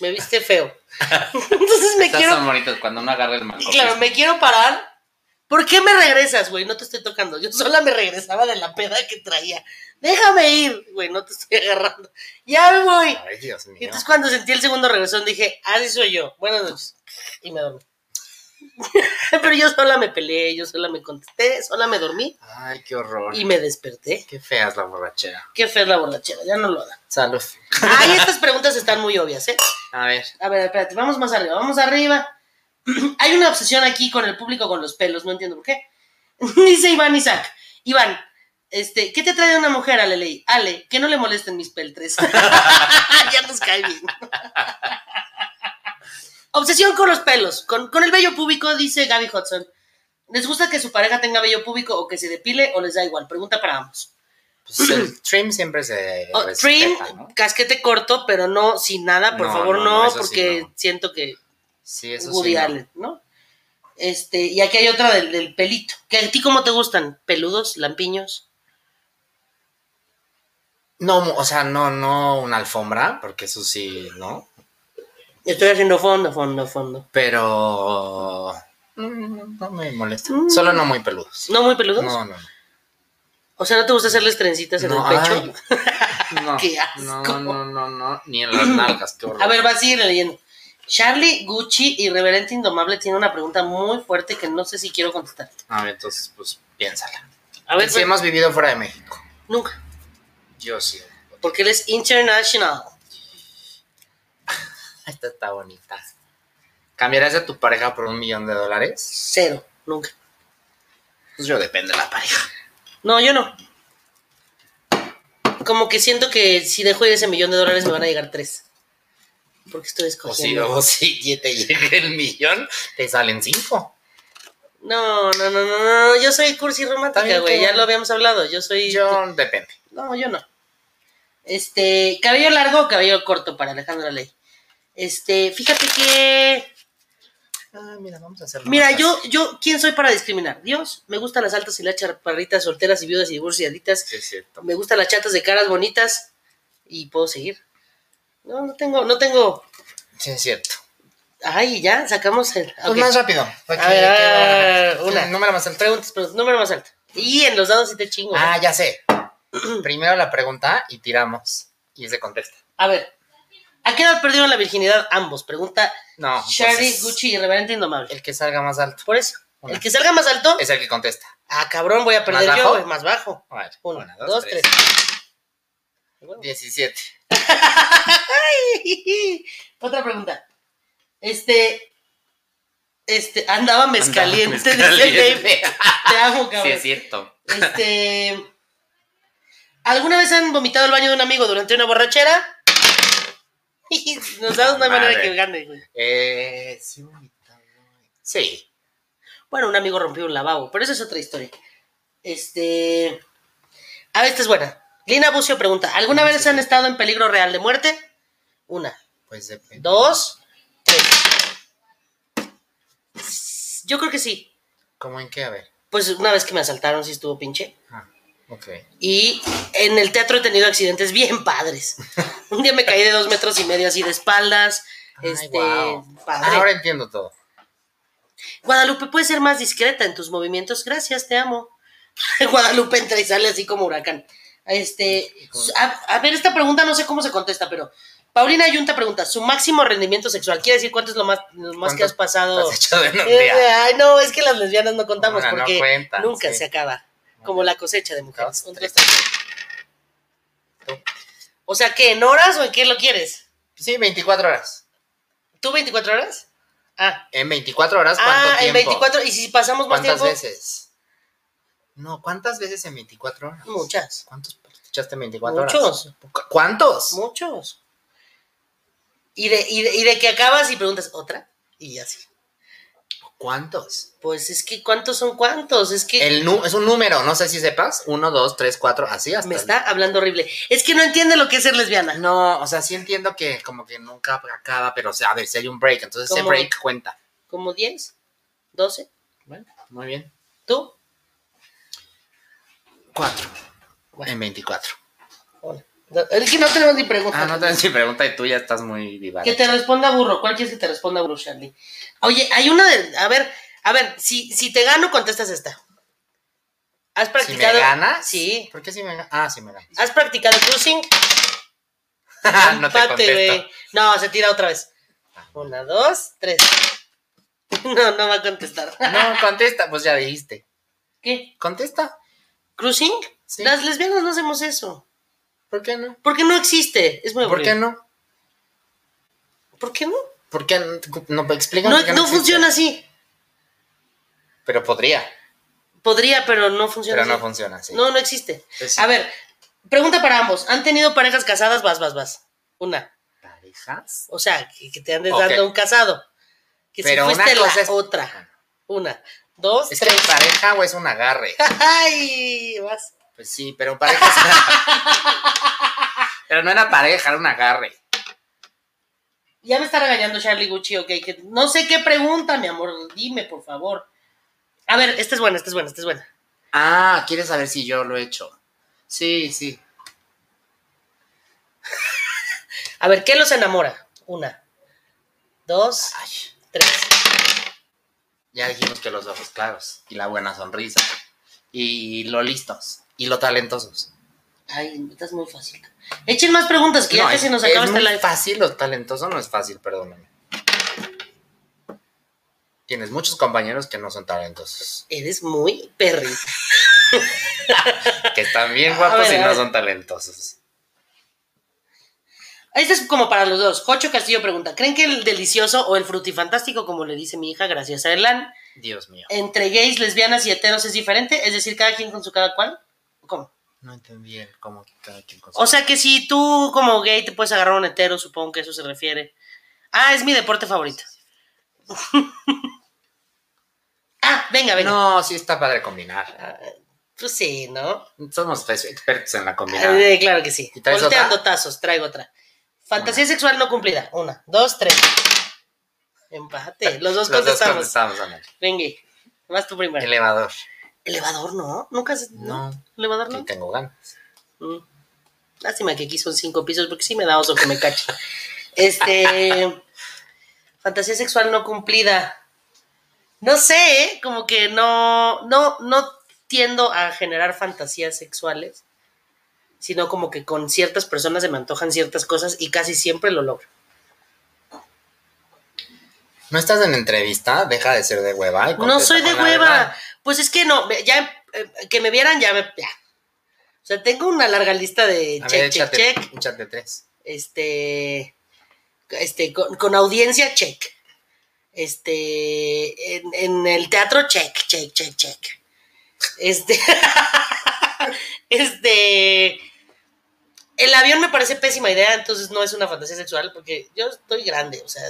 Speaker 4: me viste feo. entonces me
Speaker 3: Estas
Speaker 4: quiero
Speaker 3: son bonitos cuando uno agarra el mango.
Speaker 4: Y claro, me quiero parar. ¿Por qué me regresas, güey? No te estoy tocando. Yo sola me regresaba de la peda que traía. Déjame ir, güey, no te estoy agarrando. Ya me voy.
Speaker 3: Ay, Dios mío.
Speaker 4: Y entonces cuando sentí el segundo regresón dije, así soy yo. Buenas noches. Y me dormí. Pero yo sola me peleé, yo sola me contesté, sola me dormí
Speaker 3: Ay, qué horror.
Speaker 4: y me desperté.
Speaker 3: Qué fea es la borrachera.
Speaker 4: Qué fea es la borrachera, ya no lo hagan.
Speaker 3: Salud.
Speaker 4: Ay, estas preguntas están muy obvias, ¿eh?
Speaker 3: A ver.
Speaker 4: A ver, espérate, vamos más arriba, vamos arriba. Hay una obsesión aquí con el público con los pelos, no entiendo por qué. Dice Iván Isaac. Iván, este, ¿qué te trae de una mujer, Ale? Ley? Ale, que no le molesten mis peltres. ya nos cae bien. obsesión con los pelos, con, con el vello púbico, dice Gaby Hudson. ¿Les gusta que su pareja tenga vello púbico o que se depile o les da igual? Pregunta para ambos.
Speaker 3: Pues el trim siempre se.
Speaker 4: Oh, trim,
Speaker 3: Eh, respeta, ¿no?
Speaker 4: casquete corto, pero no sin nada, por
Speaker 3: No,
Speaker 4: favor,
Speaker 3: no,
Speaker 4: no,
Speaker 3: no, eso sí,
Speaker 4: porque
Speaker 3: no.
Speaker 4: siento que
Speaker 3: Sí, eso
Speaker 4: Woody
Speaker 3: sí. no.
Speaker 4: Allen, ¿no? Este, y aquí hay otra del, del pelito. ¿Que ¿A ti cómo te gustan? ¿Peludos? ¿Lampiños?
Speaker 3: No, o sea, no, no una alfombra, porque eso sí, ¿no?
Speaker 4: Estoy haciendo fondo, fondo, fondo.
Speaker 3: Pero. mm, No me molesta.
Speaker 4: Mm.
Speaker 3: Solo no muy peludos.
Speaker 4: ¿No muy peludos?
Speaker 3: No, no. no.
Speaker 4: O sea, ¿no te gusta hacerles trencitas en
Speaker 3: No,
Speaker 4: el pecho?
Speaker 3: ay, no,
Speaker 4: Qué asco.
Speaker 3: No, no, no, no. Ni en las nalgas, qué horror.
Speaker 4: A ver, va a seguir leyendo. Charlie Gucci, irreverente indomable, tiene una pregunta muy fuerte que no sé si quiero contestar.
Speaker 3: A ver, entonces, pues piénsala.
Speaker 4: A ver, pues,
Speaker 3: si hemos vivido fuera de México.
Speaker 4: nunca,
Speaker 3: Yo sí.
Speaker 4: porque él es international.
Speaker 3: Esta está bonita. ¿Cambiarás a tu pareja por un millón de dólares?
Speaker 4: Cero, nunca.
Speaker 3: Pues yo depende de la pareja.
Speaker 4: No, yo no. Como que siento que si dejo ir ese millón de dólares me van a llegar tres. Porque estoy
Speaker 3: O si,
Speaker 4: escogiendo.
Speaker 3: o si pues, ya te llegue el millón, te salen cinco.
Speaker 4: No, no, no, no, no, yo soy cursi romántica,
Speaker 3: También
Speaker 4: güey,
Speaker 3: tú.
Speaker 4: ya lo habíamos hablado, yo soy...
Speaker 3: Yo depende.
Speaker 4: No, yo no. Este, cabello largo o cabello corto para Alejandra Ley. Este, fíjate que...
Speaker 3: Ah, mira, vamos a hacerlo.
Speaker 4: Mira,
Speaker 3: más
Speaker 4: yo,
Speaker 3: fácil.
Speaker 4: yo, ¿quién soy para discriminar? Dios, me gustan las altas y las chaparritas, solteras y viudas y divorciaditas,
Speaker 3: Sí, es cierto.
Speaker 4: me gustan las chatas de caras bonitas y puedo seguir. No, no tengo, no tengo...
Speaker 3: Sí, es cierto.
Speaker 4: Ay, ya, sacamos el...
Speaker 3: Pues
Speaker 4: ok.
Speaker 3: más rápido.
Speaker 4: A ver, a ver, una.
Speaker 3: una. Número más alto.
Speaker 4: Preguntas, preguntas, número más alto. Y en los dados sí te chingo.
Speaker 3: Ah, ya sé. Primero la pregunta y tiramos. Y se contesta.
Speaker 4: A ver, ¿a qué edad perdieron la virginidad ambos? Pregunta
Speaker 3: No.
Speaker 4: Charlie
Speaker 3: entonces,
Speaker 4: Gucci y Reverente Indomable.
Speaker 3: Ah, pues El que salga más alto
Speaker 4: Por eso,
Speaker 3: Una.
Speaker 4: el que salga más alto,
Speaker 3: es el que contesta.
Speaker 4: ah, cabrón, voy a perder
Speaker 3: ¿Más
Speaker 4: yo,
Speaker 3: bajo?
Speaker 4: güey, más bajo.
Speaker 3: A ver,
Speaker 4: Uno,
Speaker 3: una,
Speaker 4: dos, tres.
Speaker 3: 17.
Speaker 4: Otra pregunta. Este, este, andaba mezcaliente, dice Baby. Te amo,
Speaker 3: Sí,
Speaker 4: cabrón.
Speaker 3: es cierto.
Speaker 4: Este, ¿alguna vez han vomitado el baño de un amigo durante una borrachera? Nos da una manera
Speaker 3: Madre.
Speaker 4: que gane, güey.
Speaker 3: Eh, sí, vomitado. Sí.
Speaker 4: Bueno, un amigo rompió un lavabo, pero esa es otra historia. Este. A ver, esta es buena. Lina Bucio pregunta: ¿Alguna
Speaker 3: Sí,
Speaker 4: vez
Speaker 3: sí.
Speaker 4: han estado en peligro real de muerte? Una,
Speaker 3: Pues depende.
Speaker 4: dos, tres. Yo creo que sí.
Speaker 3: ¿Cómo en qué? A ver.
Speaker 4: Pues una vez que me asaltaron, sí estuvo pinche.
Speaker 3: Ah, ok.
Speaker 4: Y en el teatro he tenido accidentes bien padres. un día me caí de dos metros y medio así de espaldas.
Speaker 3: Ay,
Speaker 4: este,
Speaker 3: guau. Ah,
Speaker 4: padre.
Speaker 3: Ahora entiendo todo.
Speaker 4: Guadalupe, puedes ser más discreta en tus movimientos. Gracias, te amo. Guadalupe entra y sale así como huracán. Este, a, a ver, esta pregunta no sé cómo se contesta, pero Paulina Ayunta pregunta, su máximo rendimiento sexual, quiere decir cuánto es lo más, lo más
Speaker 3: ¿Cuánto
Speaker 4: que
Speaker 3: Pues,
Speaker 4: has pasado.
Speaker 3: Te has hecho de un
Speaker 4: Eh,
Speaker 3: día.
Speaker 4: Ay, no, es que las lesbianas no contamos
Speaker 3: Ahora no
Speaker 4: porque
Speaker 3: cuentan,
Speaker 4: nunca
Speaker 3: sí.
Speaker 4: se acaba, como la cosecha de mujeres.
Speaker 3: Dos,
Speaker 4: Un, dos, tres. O sea, ¿qué? ¿En horas o en qué lo quieres?
Speaker 3: Sí, 24 horas.
Speaker 4: ¿Tú 24 horas? Ah,
Speaker 3: En 24 horas, ¿cuánto
Speaker 4: ah en
Speaker 3: tiempo?
Speaker 4: 24. ¿Y si pasamos más
Speaker 3: ¿Cuántas
Speaker 4: tiempo?
Speaker 3: veces? No, ¿cuántas veces en 24 horas?
Speaker 4: Muchas.
Speaker 3: ¿Cuántos? escuchaste en 24 horas.
Speaker 4: Muchos,
Speaker 3: ¿Cu- ¿Cuántos?
Speaker 4: muchos. Y de, y, de, y de que acabas y preguntas, ¿otra? Y así.
Speaker 3: ¿Cuántos?
Speaker 4: Pues es que, ¿cuántos son cuántos? Es que
Speaker 3: El nu- es un número, no sé si sepas. Uno, dos, tres, cuatro, así hasta.
Speaker 4: me
Speaker 3: el-
Speaker 4: está hablando horrible. Es que no entiende lo que es ser lesbiana.
Speaker 3: No, o sea, sí entiendo que como que nunca acaba, pero o sea, a ver, si hay un break, entonces ese
Speaker 4: ¿Cómo?
Speaker 3: break cuenta.
Speaker 4: ¿Como 10? ¿12?
Speaker 3: Bueno, muy bien.
Speaker 4: ¿Tú?
Speaker 3: Cuatro. En 24.
Speaker 4: Es que no tenemos ni preguntas.
Speaker 3: Ah, no te si pregunta y tú ya estás muy diva.
Speaker 4: Que te responda burro. ¿Cuál quieres que te responda burro, Charlie? Oye, hay una de. A ver, a ver, si, si te gano, contestas esta. ¿Has
Speaker 3: Si
Speaker 4: practicado.
Speaker 3: me ganas.
Speaker 4: Sí.
Speaker 3: ¿Por qué si me ganas? Ah, si me ganas.
Speaker 4: ¿Has practicado cruising?
Speaker 3: Ah, no te
Speaker 4: Empate,
Speaker 3: contesto.
Speaker 4: güey. No, se tira otra vez. Una, dos, tres. No, no va a contestar.
Speaker 3: No, contesta, pues ya dijiste.
Speaker 4: ¿Qué?
Speaker 3: Contesta.
Speaker 4: ¿Cruising?
Speaker 3: Sí.
Speaker 4: Las lesbianas no hacemos eso.
Speaker 3: ¿Por qué no?
Speaker 4: Porque no existe. Es muy
Speaker 3: ¿Por qué
Speaker 4: aburrido.
Speaker 3: no?
Speaker 4: ¿Por qué no?
Speaker 3: ¿Por qué no? No, explícame
Speaker 4: No,
Speaker 3: por qué
Speaker 4: no
Speaker 3: existe.
Speaker 4: funciona así.
Speaker 3: Pero podría,
Speaker 4: Podría, pero no funciona
Speaker 3: pero no
Speaker 4: así.
Speaker 3: funciona así.
Speaker 4: No, no existe.
Speaker 3: Pues sí.
Speaker 4: A ver, pregunta para ambos. ¿Han tenido parejas casadas? Vas, vas, vas. Una.
Speaker 3: ¿Parejas?
Speaker 4: O sea, que, que te andes
Speaker 3: Ok.
Speaker 4: dando un casado. Que
Speaker 3: Pero
Speaker 4: si
Speaker 3: una
Speaker 4: fuiste la
Speaker 3: cosa es-
Speaker 4: otra. Una, dos,
Speaker 3: Es que
Speaker 4: tres.
Speaker 3: pareja o es un agarre.
Speaker 4: ¡Ay! Vas.
Speaker 3: Pues sí, pero pareja. pero no era pareja, era un agarre.
Speaker 4: Ya me está regañando Charlie Gucci, ok. que no sé qué pregunta, mi amor. Dime, por favor. A ver, esta es buena, esta es buena, esta es buena.
Speaker 3: Ah, ¿quieres saber si yo lo he hecho? Sí, sí.
Speaker 4: A ver, ¿qué los enamora? Una, dos,
Speaker 3: Ay,
Speaker 4: tres.
Speaker 3: ya dijimos que los ojos claros y la buena sonrisa y lo listos y lo talentosos.
Speaker 4: Ay, estás muy fácil. Echen más preguntas, que ya casi nos acaba
Speaker 3: es
Speaker 4: este
Speaker 3: muy
Speaker 4: live.
Speaker 3: fácil, lo talentoso no es fácil, perdóname. Tienes muchos compañeros que no son talentosos,
Speaker 4: Eres muy perri.
Speaker 3: que están bien
Speaker 4: A
Speaker 3: guapos
Speaker 4: ver,
Speaker 3: y
Speaker 4: a
Speaker 3: no
Speaker 4: ver.
Speaker 3: son talentosos.
Speaker 4: Este es como para los dos. Jocho Castillo pregunta: ¿Creen que el delicioso o el frutifantástico, como le dice mi hija, gracias a Erlan,
Speaker 3: Dios mío.
Speaker 4: entre gays, lesbianas y heteros es diferente? Es decir, cada quien con su cada cual. ¿Cómo?
Speaker 3: No entendí el cómo cada quien con su-
Speaker 4: O sea que si tú como gay te puedes agarrar a un hetero, supongo que eso se refiere. Ah, es mi deporte favorito. ah, venga, venga.
Speaker 3: No, sí está padre combinar.
Speaker 4: Ah, Pues sí, ¿no?
Speaker 3: Somos pues expertos en la combinada.
Speaker 4: Eh, claro que sí.
Speaker 3: ¿Y traes
Speaker 4: Volteando
Speaker 3: otra?
Speaker 4: tazos, traigo otra. Fantasía sexual no cumplida. Una, dos, tres. Empate. Los dos
Speaker 3: Los dos
Speaker 4: contestamos.
Speaker 3: contestamos, Ana.
Speaker 4: Venga, vas tú primero.
Speaker 3: Elevador.
Speaker 4: Elevador no. Nunca has.
Speaker 3: No.
Speaker 4: Elevador
Speaker 3: Sí
Speaker 4: no.
Speaker 3: tengo ganas.
Speaker 4: Mm. Lástima que aquí son cinco pisos porque sí me da oso que me cache. este. Fantasía sexual no cumplida. No sé, ¿eh? como que no, no, no tiendo a generar fantasías sexuales, sino como que con ciertas personas se me antojan ciertas cosas y casi siempre lo logro.
Speaker 3: ¿No estás en entrevista? Deja de ser de hueva. y
Speaker 4: No
Speaker 3: contesta
Speaker 4: soy de
Speaker 3: con la
Speaker 4: hueva.
Speaker 3: verdad.
Speaker 4: Pues es que no, me- ya eh, que me vieran ya me. ya. O sea, tengo una larga lista de
Speaker 3: A
Speaker 4: check,
Speaker 3: ver,
Speaker 4: Eh, check,
Speaker 3: échate,
Speaker 4: check.
Speaker 3: échate tres.
Speaker 4: este, este con, con audiencia, check. Este, en, en el teatro, check, check, check, check. Este, este, el avión me parece pésima idea, entonces no es una fantasía sexual porque yo estoy grande, o sea,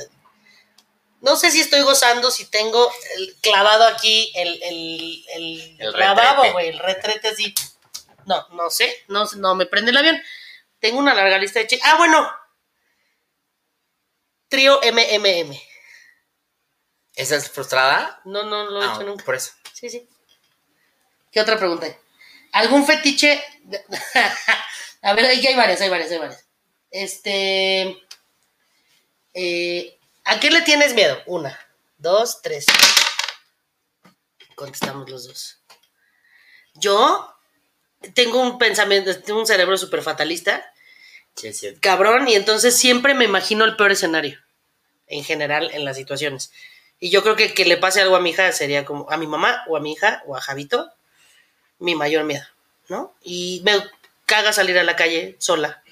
Speaker 4: no sé si estoy gozando, si tengo el- clavado aquí el, el, el,
Speaker 3: El
Speaker 4: lavabo,
Speaker 3: retrete.
Speaker 4: güey, el retrete así. No, no sé, no, no me prende el avión. Tengo una larga lista de chicas. Ah, bueno. Trío MMM.
Speaker 3: ¿Esa es frustrada?
Speaker 4: No, no lo he
Speaker 3: Ah,
Speaker 4: hecho nunca.
Speaker 3: Por eso.
Speaker 4: Sí, sí. ¿Qué otra pregunta? hay? ¿Algún fetiche? A ver, aquí hay varias, hay varias, hay varias. Este. eh, ¿A qué le tienes miedo? Una, dos, tres. Contestamos los dos. Yo tengo un pensamiento, tengo un cerebro súper fatalista.
Speaker 3: Sí, es cierto.
Speaker 4: cabrón, y entonces siempre me imagino el peor escenario, en general, en las situaciones. Y yo creo que que le pase algo a mi hija sería como a mi mamá o a mi hija o a Javito, mi mayor miedo, ¿no? Y me caga salir a la calle sola.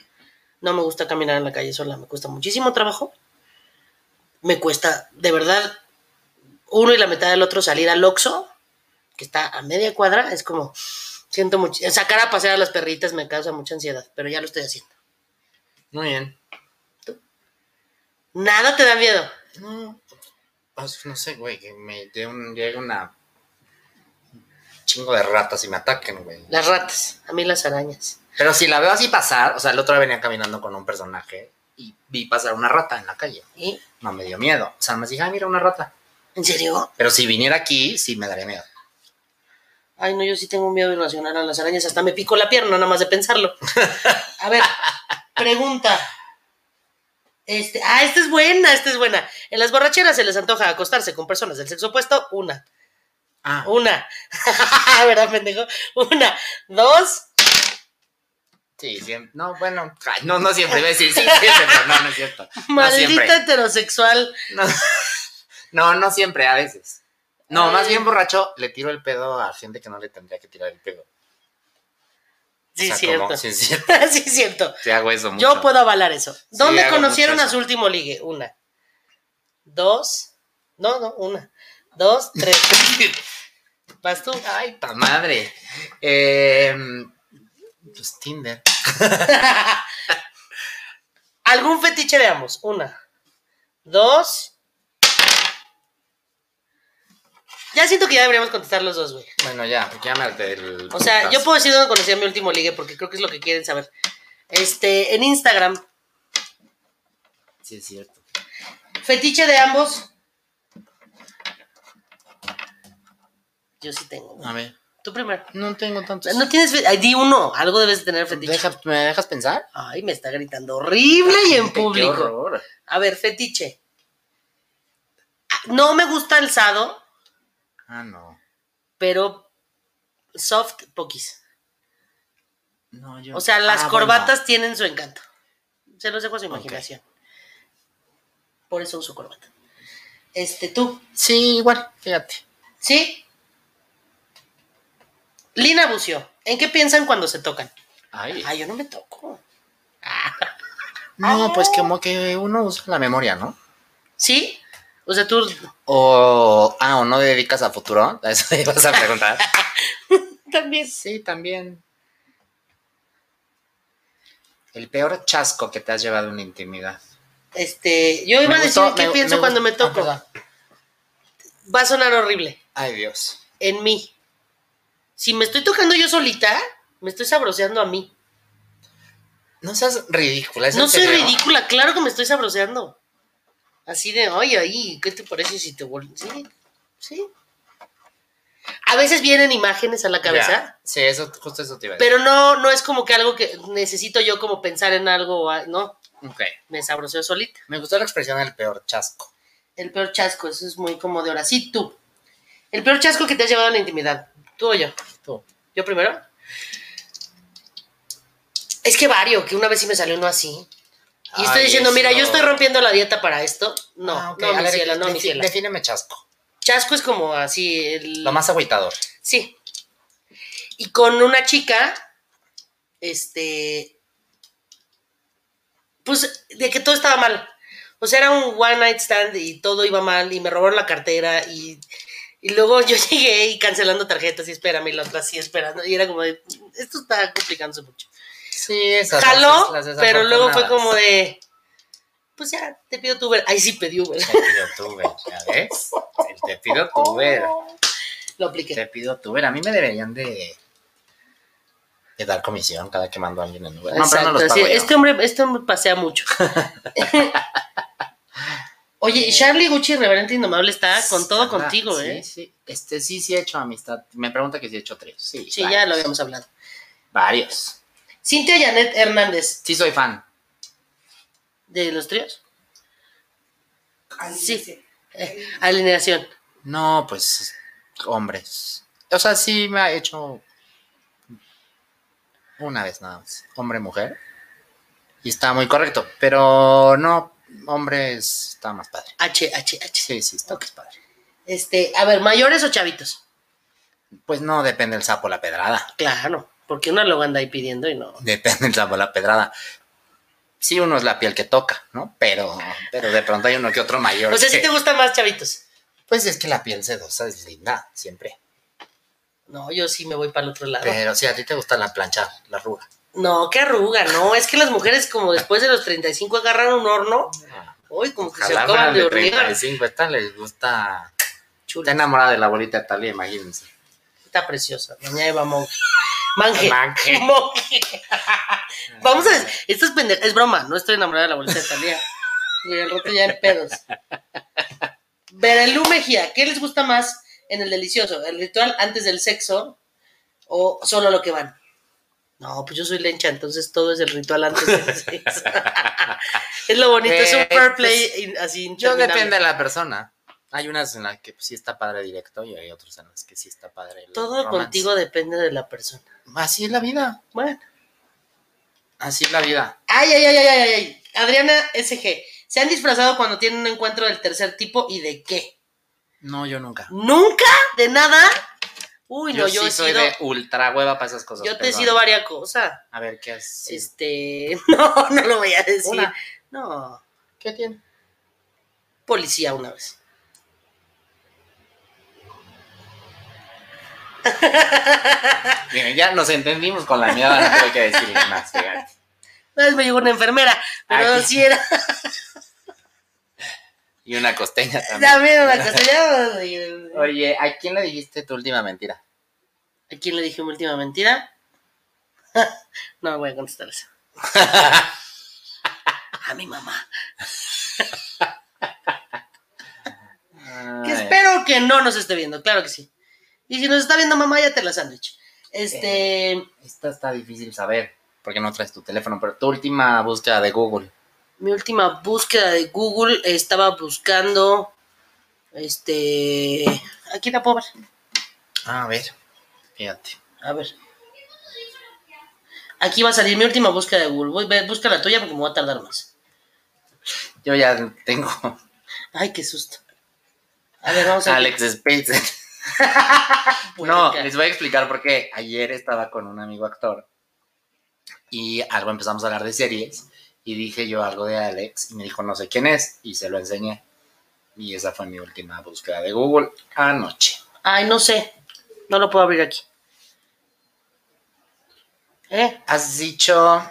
Speaker 4: No me gusta caminar en la calle sola, me cuesta muchísimo trabajo. Me cuesta, de verdad, uno y la mitad del otro salir al Oxxo, que está a media cuadra, es como, Siento mucho. Sacar a pasear a las perritas me causa mucha ansiedad, pero ya lo estoy haciendo.
Speaker 3: Muy bien.
Speaker 4: Nada te da miedo.
Speaker 3: No, pues, no sé, güey, que me dé un, llegue una chingo de ratas y me ataquen, güey.
Speaker 4: Las ratas, a mí las arañas.
Speaker 3: Pero si la veo así pasar, o sea, el otro día venía caminando con un personaje y vi pasar una rata en la calle.
Speaker 4: ¿Y?
Speaker 3: No me dio miedo. O sea, me dije, ah, mira, una rata.
Speaker 4: ¿En serio?
Speaker 3: Pero si viniera aquí, sí me daría miedo.
Speaker 4: Ay, no, yo sí tengo un miedo irracional a las arañas. Hasta me pico la pierna, nada más de pensarlo. A ver, pregunta. Este, ah, esta es buena, esta es buena. En las borracheras se les antoja acostarse con personas del sexo opuesto. Una,
Speaker 3: Ah,
Speaker 4: una. ¿Verdad, pendejo? Una, dos.
Speaker 3: sí, siempre. No, bueno, ay, no, no siempre. Iba a decir, sí, siempre, pero no, no es cierto. No siempre.
Speaker 4: Maldita heterosexual.
Speaker 3: No, no, no siempre, a veces. No, más
Speaker 4: Ay.
Speaker 3: bien borracho, le tiro el pedo a gente que no le tendría que tirar el pedo.
Speaker 4: Sí,
Speaker 3: O sea,
Speaker 4: cierto.
Speaker 3: como- sí, es cierto.
Speaker 4: sí, es cierto.
Speaker 3: Sí, hago eso mucho.
Speaker 4: Yo puedo avalar eso. ¿Dónde
Speaker 3: hago
Speaker 4: conocieron
Speaker 3: mucho
Speaker 4: a su último ligue? Una, dos. No, no, una, dos, tres. Vas tú.
Speaker 3: Ay, pa madre. Eh, pues Tinder.
Speaker 4: ¿Algún fetiche de ambos? Una, dos. Ya siento que ya deberíamos contestar los dos, güey.
Speaker 3: Bueno, ya, porque ya me harté del.
Speaker 4: O sea, yo
Speaker 3: putazo.
Speaker 4: puedo decir dónde conocí a mi último ligue porque creo que es lo que quieren saber. Este, en Instagram,
Speaker 3: Sí, es cierto.
Speaker 4: fetiche de ambos. Yo sí tengo. güey.
Speaker 3: A ver.
Speaker 4: Tú primero.
Speaker 3: No tengo tantos.
Speaker 4: No tienes fe- Ay, di uno, algo debes de tener fetiche.
Speaker 3: Deja- ¿Me dejas pensar?
Speaker 4: Ay, me está gritando horrible y en
Speaker 3: Qué
Speaker 4: público.
Speaker 3: horror.
Speaker 4: A ver, fetiche. Ah, No me gusta el sado,
Speaker 3: Ah, no.
Speaker 4: pero soft poquis.
Speaker 3: No, yo-
Speaker 4: O sea, las
Speaker 3: Ah,
Speaker 4: corbatas tienen su encanto. Se los dejo a su imaginación. Por eso uso corbata. Este, tú.
Speaker 3: bueno. Sí, igual, fíjate.
Speaker 4: ¿Sí? Lina Bucio, ¿en qué piensan cuando se tocan?
Speaker 3: Ay.
Speaker 4: Ah, yo no me toco.
Speaker 3: No, pues como que uno usa la memoria, ¿no?
Speaker 4: ¿Sí? O sea, tú.
Speaker 3: O, ah, o no dedicas a futuro. A eso ibas a preguntar.
Speaker 4: También.
Speaker 3: sí, también. El peor chasco que te has llevado en la intimidad.
Speaker 4: Este, yo iba
Speaker 3: Me
Speaker 4: a decir
Speaker 3: gustó,
Speaker 4: qué
Speaker 3: me-
Speaker 4: pienso
Speaker 3: me
Speaker 4: cuando me
Speaker 3: gustó.
Speaker 4: toco.
Speaker 3: Ah, perdón.
Speaker 4: Va a sonar horrible.
Speaker 3: Ay, Dios.
Speaker 4: En mí. Si me estoy tocando yo solita, me estoy sabroseando a mí.
Speaker 3: No seas ridícula. ¿es
Speaker 4: No
Speaker 3: en
Speaker 4: soy
Speaker 3: serio?
Speaker 4: ridícula, claro que me estoy sabroseando. Así de, oye, ahí, ¿qué te parece si te vol Sí, sí. A veces vienen imágenes a la cabeza,
Speaker 3: Ya, Sí, eso, justo eso te iba a decir.
Speaker 4: pero no, no es como que algo que necesito yo como pensar en algo, o a- no,
Speaker 3: Ok.
Speaker 4: me sabroseo solita.
Speaker 3: Me gustó la expresión del peor chasco.
Speaker 4: El peor chasco, eso es muy como de ahora. Sí, tú. El peor chasco que te has llevado a la intimidad, tú o yo.
Speaker 3: Tú.
Speaker 4: ¿Yo primero? Es que varios, que una vez sí me salió uno así. Y estoy
Speaker 3: Ay,
Speaker 4: diciendo, mira,
Speaker 3: eso.
Speaker 4: yo estoy rompiendo la dieta para esto. No,
Speaker 3: Ah, ok.
Speaker 4: no,
Speaker 3: A
Speaker 4: mi
Speaker 3: ver,
Speaker 4: cielo, no, mi
Speaker 3: defi-
Speaker 4: cielo.
Speaker 3: Defíneme chasco.
Speaker 4: Chasco es como así. El...
Speaker 3: Lo más agüitador.
Speaker 4: Sí. Y con una chica, este. Pues de que todo estaba mal. O sea, era un one night stand y todo iba mal y me robaron la cartera y, y luego yo llegué y cancelando tarjetas y espérame y la otra sí esperando. Y era como de, esto está complicándose mucho.
Speaker 3: Sí, esas.
Speaker 4: Jaló,
Speaker 3: las- las
Speaker 4: pero luego fue
Speaker 3: desafortunadas.
Speaker 4: como de, pues ya, te pido tu Uber. Ay, sí pedí Uber.
Speaker 3: Te pido tuber, ¿ya ves? Te pido tuber.
Speaker 4: Lo apliqué.
Speaker 3: Te pido tuber. A mí me deberían de. de dar comisión cada que mando a alguien en Uber. No, pero no
Speaker 4: Exacto,
Speaker 3: los pago
Speaker 4: sí,
Speaker 3: yo.
Speaker 4: este hombre, este hombre pasea mucho. Oye, y Charlie Gucci, reverente indomable, está con todo
Speaker 3: Ajá,
Speaker 4: contigo,
Speaker 3: sí,
Speaker 4: ¿eh? Sí,
Speaker 3: Sí, Este, sí, sí he hecho amistad. Me pregunta que si he hecho tres. Sí,
Speaker 4: ya
Speaker 3: varios.
Speaker 4: lo habíamos hablado.
Speaker 3: Varios.
Speaker 4: Cintia Janet Hernández,
Speaker 3: Sí, soy fan.
Speaker 4: de los tríos. Sí. Eh, alineación.
Speaker 3: No, pues hombres. O sea, sí me ha hecho una vez nada más, hombre-mujer. Y está muy correcto, pero no, hombres está más padre.
Speaker 4: H, H, H.
Speaker 3: Sí, sí, está más padre.
Speaker 4: Este, a ver, ¿mayores o chavitos?
Speaker 3: Pues no, depende el sapo la pedrada.
Speaker 4: Claro, porque uno lo anda ahí pidiendo y no.
Speaker 3: Depende el sapo la pedrada. Sí, uno es la piel que toca, ¿no? Pero, pero de pronto hay uno que otro mayor.
Speaker 4: O sea, si
Speaker 3: que-
Speaker 4: te gustan más chavitos.
Speaker 3: Pues es que la piel sedosa es linda, siempre.
Speaker 4: No, yo sí me voy para el otro lado.
Speaker 3: Pero sí, a ti te gusta la plancha, la arruga.
Speaker 4: No, qué arruga, no. Es que las mujeres, como después de los 35 agarran un horno, uy, como que se
Speaker 3: Ojalá
Speaker 4: acaban
Speaker 3: fueran
Speaker 4: de
Speaker 3: de
Speaker 4: hornear.
Speaker 3: 35, esta les gusta...
Speaker 4: Chulo,
Speaker 3: Está enamorada de la abuelita de Talía, imagínense.
Speaker 4: está preciosa. Doña Eva Monge. Manje.
Speaker 3: Manje.
Speaker 4: Monje. Vamos a ver, esto es pende- es broma, no estoy enamorada de la bolsa de Talía. Güey, al rato ya en pedos. Veralú Mejía, ¿qué les gusta más en el delicioso? ¿El ritual antes del sexo o solo a lo que van? No, pues yo soy lencha, entonces todo es el ritual antes del sexo. es lo bonito, es un
Speaker 3: Eh,
Speaker 4: fair play in- así
Speaker 3: Yo
Speaker 4: interminable.
Speaker 3: depende de la persona. Hay unas en las que sí está padre directo y hay otras en las que sí está padre. el
Speaker 4: Todo
Speaker 3: romance.
Speaker 4: contigo depende de la persona.
Speaker 3: Así es la vida.
Speaker 4: Bueno.
Speaker 3: Así es la vida.
Speaker 4: Ay, ay, ay, ay, ay, ay, ay. Adriana SG. ¿Se han disfrazado cuando tienen un encuentro del tercer tipo y de qué?
Speaker 3: No, yo nunca.
Speaker 4: ¿Nunca? ¿De nada? Uy, no, yo
Speaker 3: sí
Speaker 4: he
Speaker 3: soy
Speaker 4: sido.
Speaker 3: de ultra hueva para esas cosas.
Speaker 4: Yo te he
Speaker 3: perdón.
Speaker 4: sido varias cosas.
Speaker 3: A ver, ¿qué haces?
Speaker 4: Este. No, no lo voy a decir.
Speaker 3: Una.
Speaker 4: No.
Speaker 3: ¿Qué tiene?
Speaker 4: Policía una vez.
Speaker 3: Miren, ya nos entendimos con la mierda, no tengo que decirle más. fíjate.
Speaker 4: Una vez me llegó una enfermera, pero
Speaker 3: Ay.
Speaker 4: si era.
Speaker 3: Y una costeña también.
Speaker 4: También una castellana. ¿A
Speaker 3: Oye, ¿a quién le dijiste tu última mentira?
Speaker 4: quién le dije mi última mentira? No voy a contestar eso. A mi mamá. Que
Speaker 3: Ay,
Speaker 4: espero que no nos esté viendo, claro que sí. Y si nos está viendo mamá, ya te la sándwich. Este,
Speaker 3: Esta está difícil saber, porque no traes tu teléfono, pero tu última búsqueda de Google.
Speaker 4: mi última búsqueda de Google eh, estaba buscando, este, aquí la pobre. Ah,
Speaker 3: A ver, fíjate.
Speaker 4: A ver. Aquí va a salir mi última búsqueda de Google. Voy, ve, busca la tuya porque me voy a tardar más.
Speaker 3: Yo ya tengo
Speaker 4: Ay, qué susto. A ver, vamos a
Speaker 3: Alex Spencer.
Speaker 4: Pues,
Speaker 3: No,
Speaker 4: acá.
Speaker 3: les voy a explicar por qué. Ayer estaba con un amigo actor y algo empezamos a hablar de series y dije yo algo de Alex y me dijo no sé quién es y se lo enseñé. Y esa fue mi última búsqueda de Google anoche.
Speaker 4: Ay, no sé. No lo puedo abrir aquí. ¿Eh?
Speaker 3: Has dicho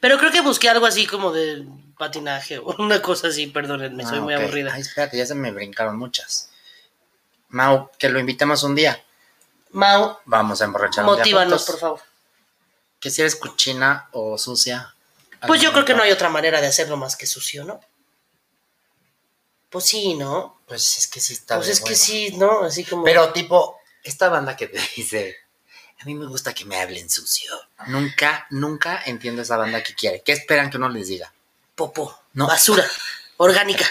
Speaker 4: Pero creo que busqué algo así como de patinaje o una cosa así, perdónenme, soy
Speaker 3: Ah,
Speaker 4: muy
Speaker 3: ok.
Speaker 4: aburrida.
Speaker 3: Ay, espérate, ya se me brincaron muchas. Mau, que lo invitamos un día.
Speaker 4: Mau,
Speaker 3: Vamos a emborrachar un día
Speaker 4: motívanos,
Speaker 3: juntos.
Speaker 4: por favor.
Speaker 3: Que si eres cochina o sucia.
Speaker 4: Pues yo creo que no
Speaker 3: hay
Speaker 4: hay otra manera de hacerlo más que sucio, ¿no? Pues sí, ¿no?
Speaker 3: Pues es que sí está
Speaker 4: pues
Speaker 3: de
Speaker 4: es que
Speaker 3: hueva.
Speaker 4: sí, ¿no? Así como...
Speaker 3: Pero tipo, esta banda que te dice, a mí me gusta que me hablen sucio. Nunca, nunca entiendo esa banda que quiere. ¿Qué esperan que uno les diga?
Speaker 4: popó,
Speaker 3: No.
Speaker 4: basura, orgánica.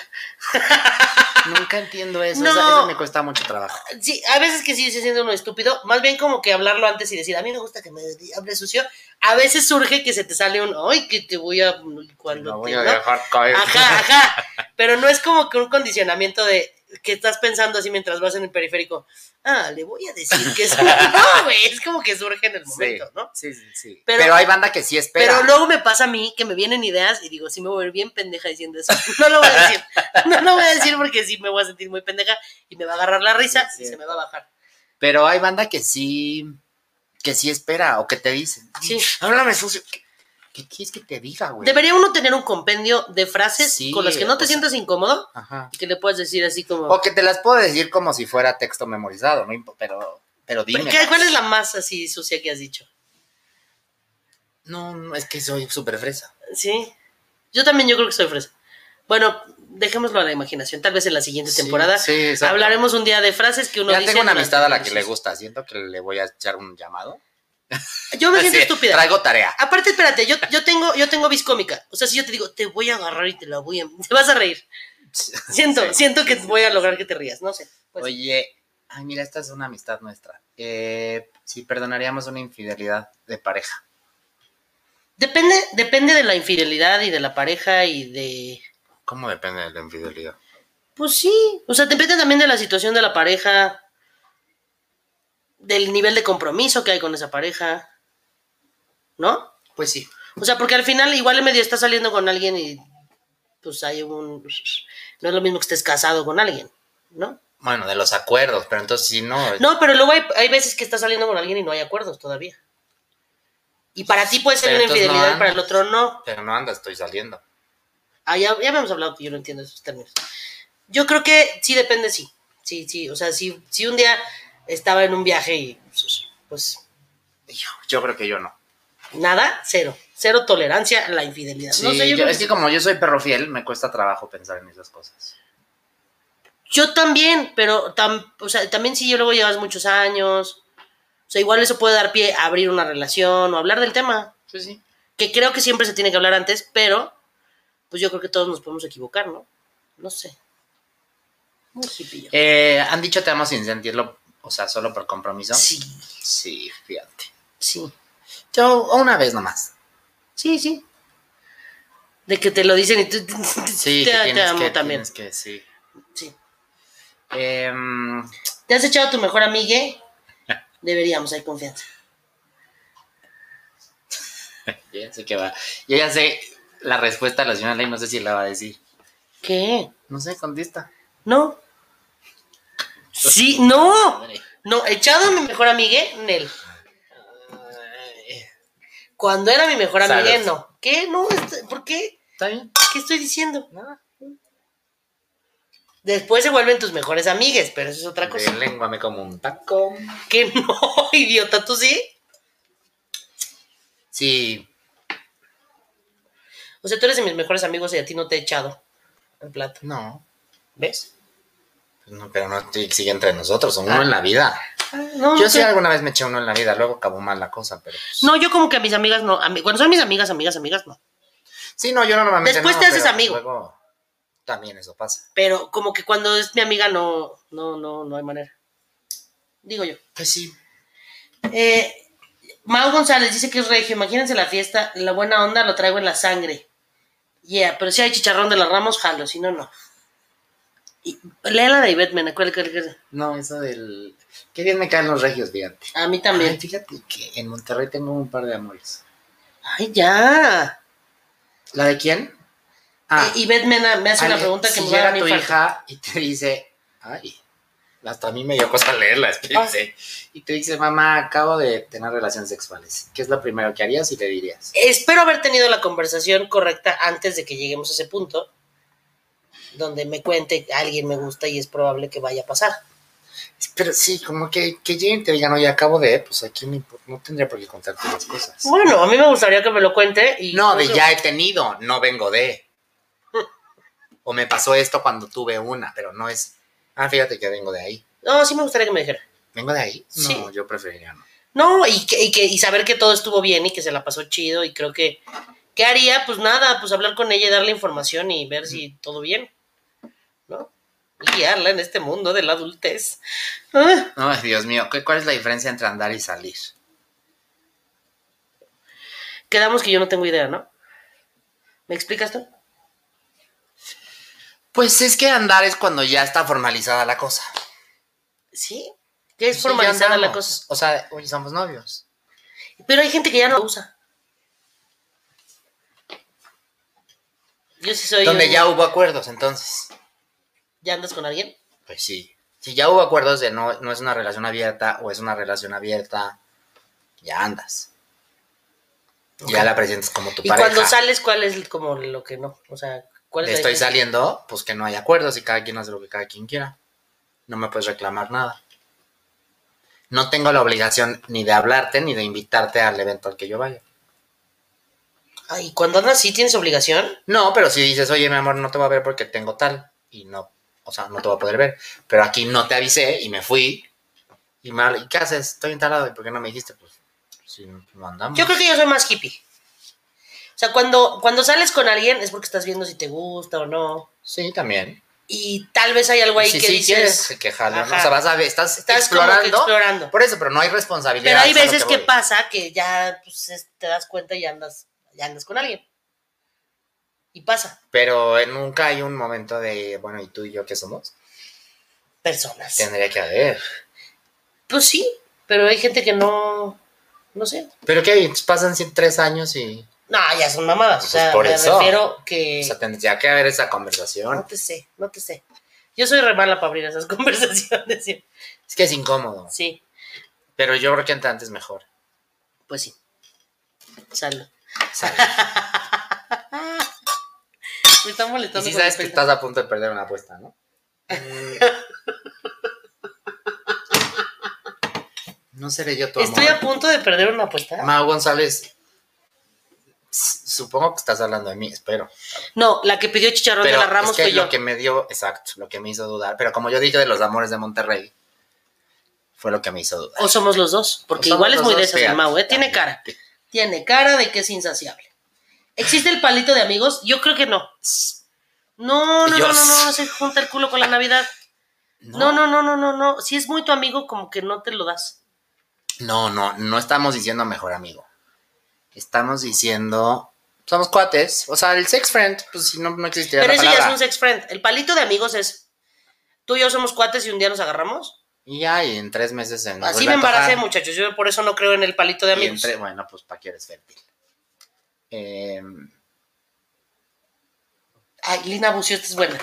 Speaker 3: Nunca entiendo eso.
Speaker 4: No.
Speaker 3: Esa, esa me cuesta mucho trabajo.
Speaker 4: Sí, a veces que sí se siente uno estúpido, más bien como que hablarlo antes y decir, a mí me gusta que me hable sucio. A veces surge que se te sale un, ay, que te voy a... Cuando
Speaker 3: Lo
Speaker 4: te...
Speaker 3: voy a
Speaker 4: ¿no?
Speaker 3: dejar caer.
Speaker 4: Ajá, ajá. Pero no es como que un condicionamiento de que estás pensando así mientras vas en el periférico. Ah, le voy a decir que es. No, güey, es como que surge en el
Speaker 3: Sí,
Speaker 4: momento, ¿no?
Speaker 3: sí, sí, sí.
Speaker 4: Pero-
Speaker 3: Pero, hay banda que sí espera.
Speaker 4: Pero luego me pasa a mí que me vienen ideas y digo, sí me voy a ver bien pendeja diciendo eso. No lo voy a decir. No lo voy a decir porque sí me voy a sentir muy pendeja y me va a agarrar la risa
Speaker 3: Sí,
Speaker 4: y
Speaker 3: es
Speaker 4: se me va a bajar.
Speaker 3: Pero hay banda que sí, que sí espera o que te dicen.
Speaker 4: Sí.
Speaker 3: Háblame sucio. ¿Qué, qué quieres que te diga, güey?
Speaker 4: Debería uno tener un compendio de frases
Speaker 3: Sí,
Speaker 4: con las que no te
Speaker 3: o sea-
Speaker 4: sientas incómodo
Speaker 3: Ajá.
Speaker 4: y que le puedas decir así como.
Speaker 3: O que te las puedo decir como si fuera texto memorizado, ¿no? imp- Pero, pero dime.
Speaker 4: ¿Qué- ¿Cuál es la más así sucia que has dicho?
Speaker 3: No, no, es que soy súper fresa.
Speaker 4: Sí. Yo también yo creo que soy fresa. Bueno, dejémoslo a la imaginación. Tal vez en la siguiente
Speaker 3: Sí,
Speaker 4: temporada
Speaker 3: sí, exacto.
Speaker 4: hablaremos un día de frases que uno
Speaker 3: Ya
Speaker 4: dice.
Speaker 3: tengo una
Speaker 4: durante
Speaker 3: amistad a la
Speaker 4: el
Speaker 3: que le
Speaker 4: proceso.
Speaker 3: gusta. Siento que le voy a echar un llamado.
Speaker 4: Yo me
Speaker 3: Así
Speaker 4: siento
Speaker 3: de,
Speaker 4: estúpida. Ah,
Speaker 3: Traigo tarea.
Speaker 4: Aparte, espérate, yo, yo tengo, yo tengo viscómica. O sea, si yo te digo, te voy a agarrar y te la voy a. Te vas a reír. Siento,
Speaker 3: Sí,
Speaker 4: siento que
Speaker 3: sí,
Speaker 4: voy a
Speaker 3: sí,
Speaker 4: lograr
Speaker 3: sí.
Speaker 4: que te rías. No sé. pues.
Speaker 3: Oye, ay, mira, esta es una amistad nuestra. Eh, si perdonaríamos una infidelidad de pareja.
Speaker 4: depende, depende de la infidelidad y de la pareja y de.
Speaker 3: ¿Cómo depende de la infidelidad?
Speaker 4: Pues sí. O sea, depende también de la situación de la pareja. Del nivel de compromiso que hay con esa pareja. ¿No?
Speaker 3: Pues sí.
Speaker 4: O sea, porque al final igual medio está saliendo con alguien y pues hay un... No es lo mismo que estés casado con alguien, ¿no?
Speaker 3: Bueno, de los acuerdos, pero entonces si no.
Speaker 4: No, pero luego hay, hay veces que estás saliendo con alguien y no hay acuerdos todavía. Y para ti puede ser
Speaker 3: Pero
Speaker 4: una
Speaker 3: entonces no
Speaker 4: infidelidad, y para el
Speaker 3: andas.
Speaker 4: otro no.
Speaker 3: Pero no anda, estoy saliendo.
Speaker 4: Ah, ya, ya habíamos hablado que yo no entiendo esos términos. Yo creo que sí depende, sí. Sí, sí. O sea, si, si un día estaba en un viaje y pues
Speaker 3: Hijo, Yo creo que yo no.
Speaker 4: nada, cero. Cero tolerancia a la infidelidad.
Speaker 3: Sí,
Speaker 4: no sé, yo,
Speaker 3: yo-
Speaker 4: creo
Speaker 3: es
Speaker 4: que-
Speaker 3: que como yo soy perro fiel, me cuesta trabajo pensar en esas cosas.
Speaker 4: yo también, pero tam- o sea, también si yo luego llevas muchos años. O sea, igual eso puede dar pie a abrir una relación o hablar del tema.
Speaker 3: Sí, sí.
Speaker 4: que creo que siempre se tiene que hablar antes, pero pues yo creo que todos nos podemos equivocar, ¿no? No sé. Muy hipillo.
Speaker 3: Eh, ¿Han dicho te amo sin sentirlo? O sea, solo por compromiso.
Speaker 4: Sí,
Speaker 3: Sí, fíjate.
Speaker 4: sí,
Speaker 3: Yo una vez nomás.
Speaker 4: sí, sí. De que te lo dicen y tú
Speaker 3: Sí,
Speaker 4: te,
Speaker 3: que
Speaker 4: te
Speaker 3: tienes
Speaker 4: amo
Speaker 3: que,
Speaker 4: también.
Speaker 3: tienes que, sí.
Speaker 4: Sí.
Speaker 3: Em,
Speaker 4: ¿Te has echado a tu mejor amigue? Deberíamos, hay confianza.
Speaker 3: yo ya sé que va. Yo ya sé la respuesta a la señora Ley, no sé si la va a decir.
Speaker 4: ¿Qué?
Speaker 3: No sé, contesta.
Speaker 4: ¿No? Sí, no. No, echado a mi mejor amigue, Nel. Cuando era mi mejor amigue,
Speaker 3: Salud.
Speaker 4: no. ¿Qué? No, este- ¿por qué?
Speaker 3: ¿Está bien?
Speaker 4: ¿Qué estoy diciendo?
Speaker 3: Nada.
Speaker 4: Después se vuelven tus mejores amigues, pero eso es otra cosa.
Speaker 3: De lengua me como un taco.
Speaker 4: Que no, idiota, tú sí.
Speaker 3: Sí,
Speaker 4: O sea, tú eres de mis mejores amigos y a ti no te he echado el plato.
Speaker 3: no. pues
Speaker 4: ¿Ves?
Speaker 3: No, pero no sí, sigue entre nosotros, uno
Speaker 4: Ah.
Speaker 3: en la vida.
Speaker 4: No,
Speaker 3: Yo
Speaker 4: no,
Speaker 3: sí
Speaker 4: sé.
Speaker 3: alguna vez me eché uno en la vida, luego acabó mal la cosa, pero. pues-
Speaker 4: No, yo como que a mis amigas no. a mi- cuando son mis amigas, amigas, amigas, no.
Speaker 3: Sí, no, yo no normalmente.
Speaker 4: Después
Speaker 3: no,
Speaker 4: te haces
Speaker 3: pero
Speaker 4: amigo.
Speaker 3: Luego también eso pasa.
Speaker 4: Pero como que cuando es mi amiga, no, no, no, no hay manera. Digo yo.
Speaker 3: Pues sí.
Speaker 4: Eh, Mau González dice que es regio. Imagínense la fiesta, la buena onda lo traigo en la sangre. Yeah, pero si hay chicharrón de las ramos, jalo, si no, no. Y, léela de Ivette Mena, ¿cuál, cuál, cuál?
Speaker 3: No, eso del. Qué bien me caen los regios, fíjate.
Speaker 4: A mí también.
Speaker 3: Ay, fíjate que en Monterrey tengo un par de amores.
Speaker 4: Ay, ya.
Speaker 3: ¿La de quién? Ah,
Speaker 4: Y Beth Mena me hace una
Speaker 3: Ale,
Speaker 4: pregunta que
Speaker 3: si
Speaker 4: me va a
Speaker 3: llega
Speaker 4: dar mi
Speaker 3: tu
Speaker 4: infarto.
Speaker 3: hija y te dice, ay, hasta a mí me dio cosa leerla, espérense.
Speaker 4: Ah,
Speaker 3: Y te dice, mamá, acabo de tener relaciones sexuales. ¿Qué es lo primero que harías y le dirías?
Speaker 4: Espero haber tenido la conversación correcta antes de que lleguemos a ese punto, donde me cuente alguien me gusta y es probable que vaya a pasar.
Speaker 3: Pero sí, como que, que lleguen y te digan, oye, acabo de, pues aquí no, impo- no tendría por qué contarte las cosas.
Speaker 4: Bueno, a mí me gustaría que me lo cuente y
Speaker 3: No, de
Speaker 4: sé,
Speaker 3: ya he tenido, no vengo de. O me pasó esto cuando tuve una, pero no es. Ah, fíjate que vengo de ahí.
Speaker 4: No, sí me gustaría que me dijera.
Speaker 3: ¿Vengo de ahí? No,
Speaker 4: Sí.
Speaker 3: yo preferiría no.
Speaker 4: No, y que, y que y saber que todo estuvo bien y que se la pasó chido y creo que ¿qué haría? Pues nada, pues hablar con ella y darle información y ver si todo bien. ¿No? Guiarla en este mundo de la adultez. Ah.
Speaker 3: Ay, Dios mío, ¿qué- ¿cuál es la diferencia entre andar y salir?
Speaker 4: Quedamos que yo no tengo idea, ¿no? ¿Me explicas tú?
Speaker 3: Pues es que andar es cuando ya está formalizada la cosa.
Speaker 4: Sí. Ya es
Speaker 3: Sí,
Speaker 4: formalizada
Speaker 3: ya
Speaker 4: la
Speaker 3: andamos.
Speaker 4: cosa.
Speaker 3: O sea, hoy somos novios.
Speaker 4: Pero hay gente que ya no la usa. Yo sí soy.
Speaker 3: Donde
Speaker 4: un-
Speaker 3: ya hubo acuerdos, entonces.
Speaker 4: ¿Ya andas con alguien?
Speaker 3: Pues sí. Si ya hubo acuerdos de no, no es una relación abierta o es una relación abierta, ya andas. Ya la presentas como tu
Speaker 4: Y
Speaker 3: pareja.
Speaker 4: cuando sales, ¿cuál es como lo que no? O sea, ¿cuál es
Speaker 3: Le
Speaker 4: la
Speaker 3: estoy
Speaker 4: diferencia?
Speaker 3: saliendo, pues que no hay acuerdos y cada quien hace lo que cada quien quiera. No me puedes reclamar nada. No tengo la obligación ni de hablarte ni de invitarte al evento al que yo vaya.
Speaker 4: Ah, ¿Y cuando andas sí tienes obligación?
Speaker 3: No, pero si dices, oye, mi amor, no te voy a ver porque tengo tal y no, o sea, no te voy a poder ver. Pero aquí no te avisé y me fui. Y mal, ¿y qué haces? Estoy instalado y ¿por qué no me dijiste? Pues si no andamos.
Speaker 4: Yo creo que yo soy más hippie. O sea, cuando, cuando sales con alguien es porque estás viendo si te gusta o no.
Speaker 3: Sí, también.
Speaker 4: Y tal vez hay algo ahí
Speaker 3: si
Speaker 4: que
Speaker 3: sí
Speaker 4: dices.
Speaker 3: quieres que jalo, ¿no?
Speaker 4: Ajá.
Speaker 3: O sea, vas a ver, estás,
Speaker 4: Estás como que
Speaker 3: explorando.
Speaker 4: explorando.
Speaker 3: Por eso, pero no hay responsabilidad.
Speaker 4: Pero hay
Speaker 3: Pues es a lo
Speaker 4: veces que,
Speaker 3: voy.
Speaker 4: pasa que ya pues, es- te das cuenta y andas, ya andas con alguien. Y pasa.
Speaker 3: Pero eh, nunca hay un momento de, bueno, ¿y tú y yo qué somos?
Speaker 4: Personas.
Speaker 3: Tendría que haber.
Speaker 4: Pues sí, pero hay gente que no. No sé.
Speaker 3: Pero que pasan cien- tres años y.
Speaker 4: No, ya son mamadas.
Speaker 3: Pues
Speaker 4: o sea,
Speaker 3: por
Speaker 4: me
Speaker 3: eso.
Speaker 4: refiero que.
Speaker 3: O sea, tendría que haber esa
Speaker 4: no
Speaker 3: conversación.
Speaker 4: te sé, no te sé. Yo soy re mala para abrir esas conversaciones. sí.
Speaker 3: Es que es incómodo.
Speaker 4: Sí,
Speaker 3: Pero yo creo que entre antes mejor.
Speaker 4: pues sí. Salud.
Speaker 3: ¿sabes?
Speaker 4: Me están molestando.
Speaker 3: Y si
Speaker 4: con
Speaker 3: sabes
Speaker 4: el
Speaker 3: que
Speaker 4: pelo.
Speaker 3: estás a punto de perder una apuesta, ¿no? Mm. no seré yo tu amor.
Speaker 4: Estoy a punto de perder una apuesta.
Speaker 3: Mau González, s- supongo que estás hablando de mí, espero.
Speaker 4: No, la que pidió chicharrón
Speaker 3: Pero
Speaker 4: de la Ramos
Speaker 3: es que
Speaker 4: fui
Speaker 3: lo
Speaker 4: yo.
Speaker 3: que me dio, exacto, lo que me hizo dudar. Pero como yo dije de los amores de Monterrey, fue lo que me hizo dudar.
Speaker 4: O somos los dos, porque
Speaker 3: Somos
Speaker 4: igual es
Speaker 3: los
Speaker 4: muy
Speaker 3: dos,
Speaker 4: de esas el
Speaker 3: fíjate,
Speaker 4: Mau, ¿eh? Tiene
Speaker 3: también.
Speaker 4: cara. Tiene cara de que es insaciable. ¿Existe el palito de amigos? Yo creo que no. No, no, no, no,
Speaker 3: Dios.
Speaker 4: no, no se junta el culo con la Navidad. No, no, no, no, no, no. Si es muy tu amigo, como que no te lo das.
Speaker 3: No, no, no estamos diciendo mejor amigo. Estamos diciendo. Somos cuates. O sea, el sex friend, pues si no, no existiría
Speaker 4: Pero
Speaker 3: la
Speaker 4: ese ya es
Speaker 3: palabra.
Speaker 4: un sex friend. El palito de amigos es. Tú y yo somos cuates y un día nos agarramos.
Speaker 3: Y ya, y en tres meses se nos
Speaker 4: Así
Speaker 3: vuelve
Speaker 4: me
Speaker 3: a antojar.
Speaker 4: embaracé, muchachos. Yo por eso no creo en el palito de
Speaker 3: Y
Speaker 4: amigos.
Speaker 3: entre- bueno, pues para que eres fértil. Em,
Speaker 4: Ay, Lina Bucio, esta es buena.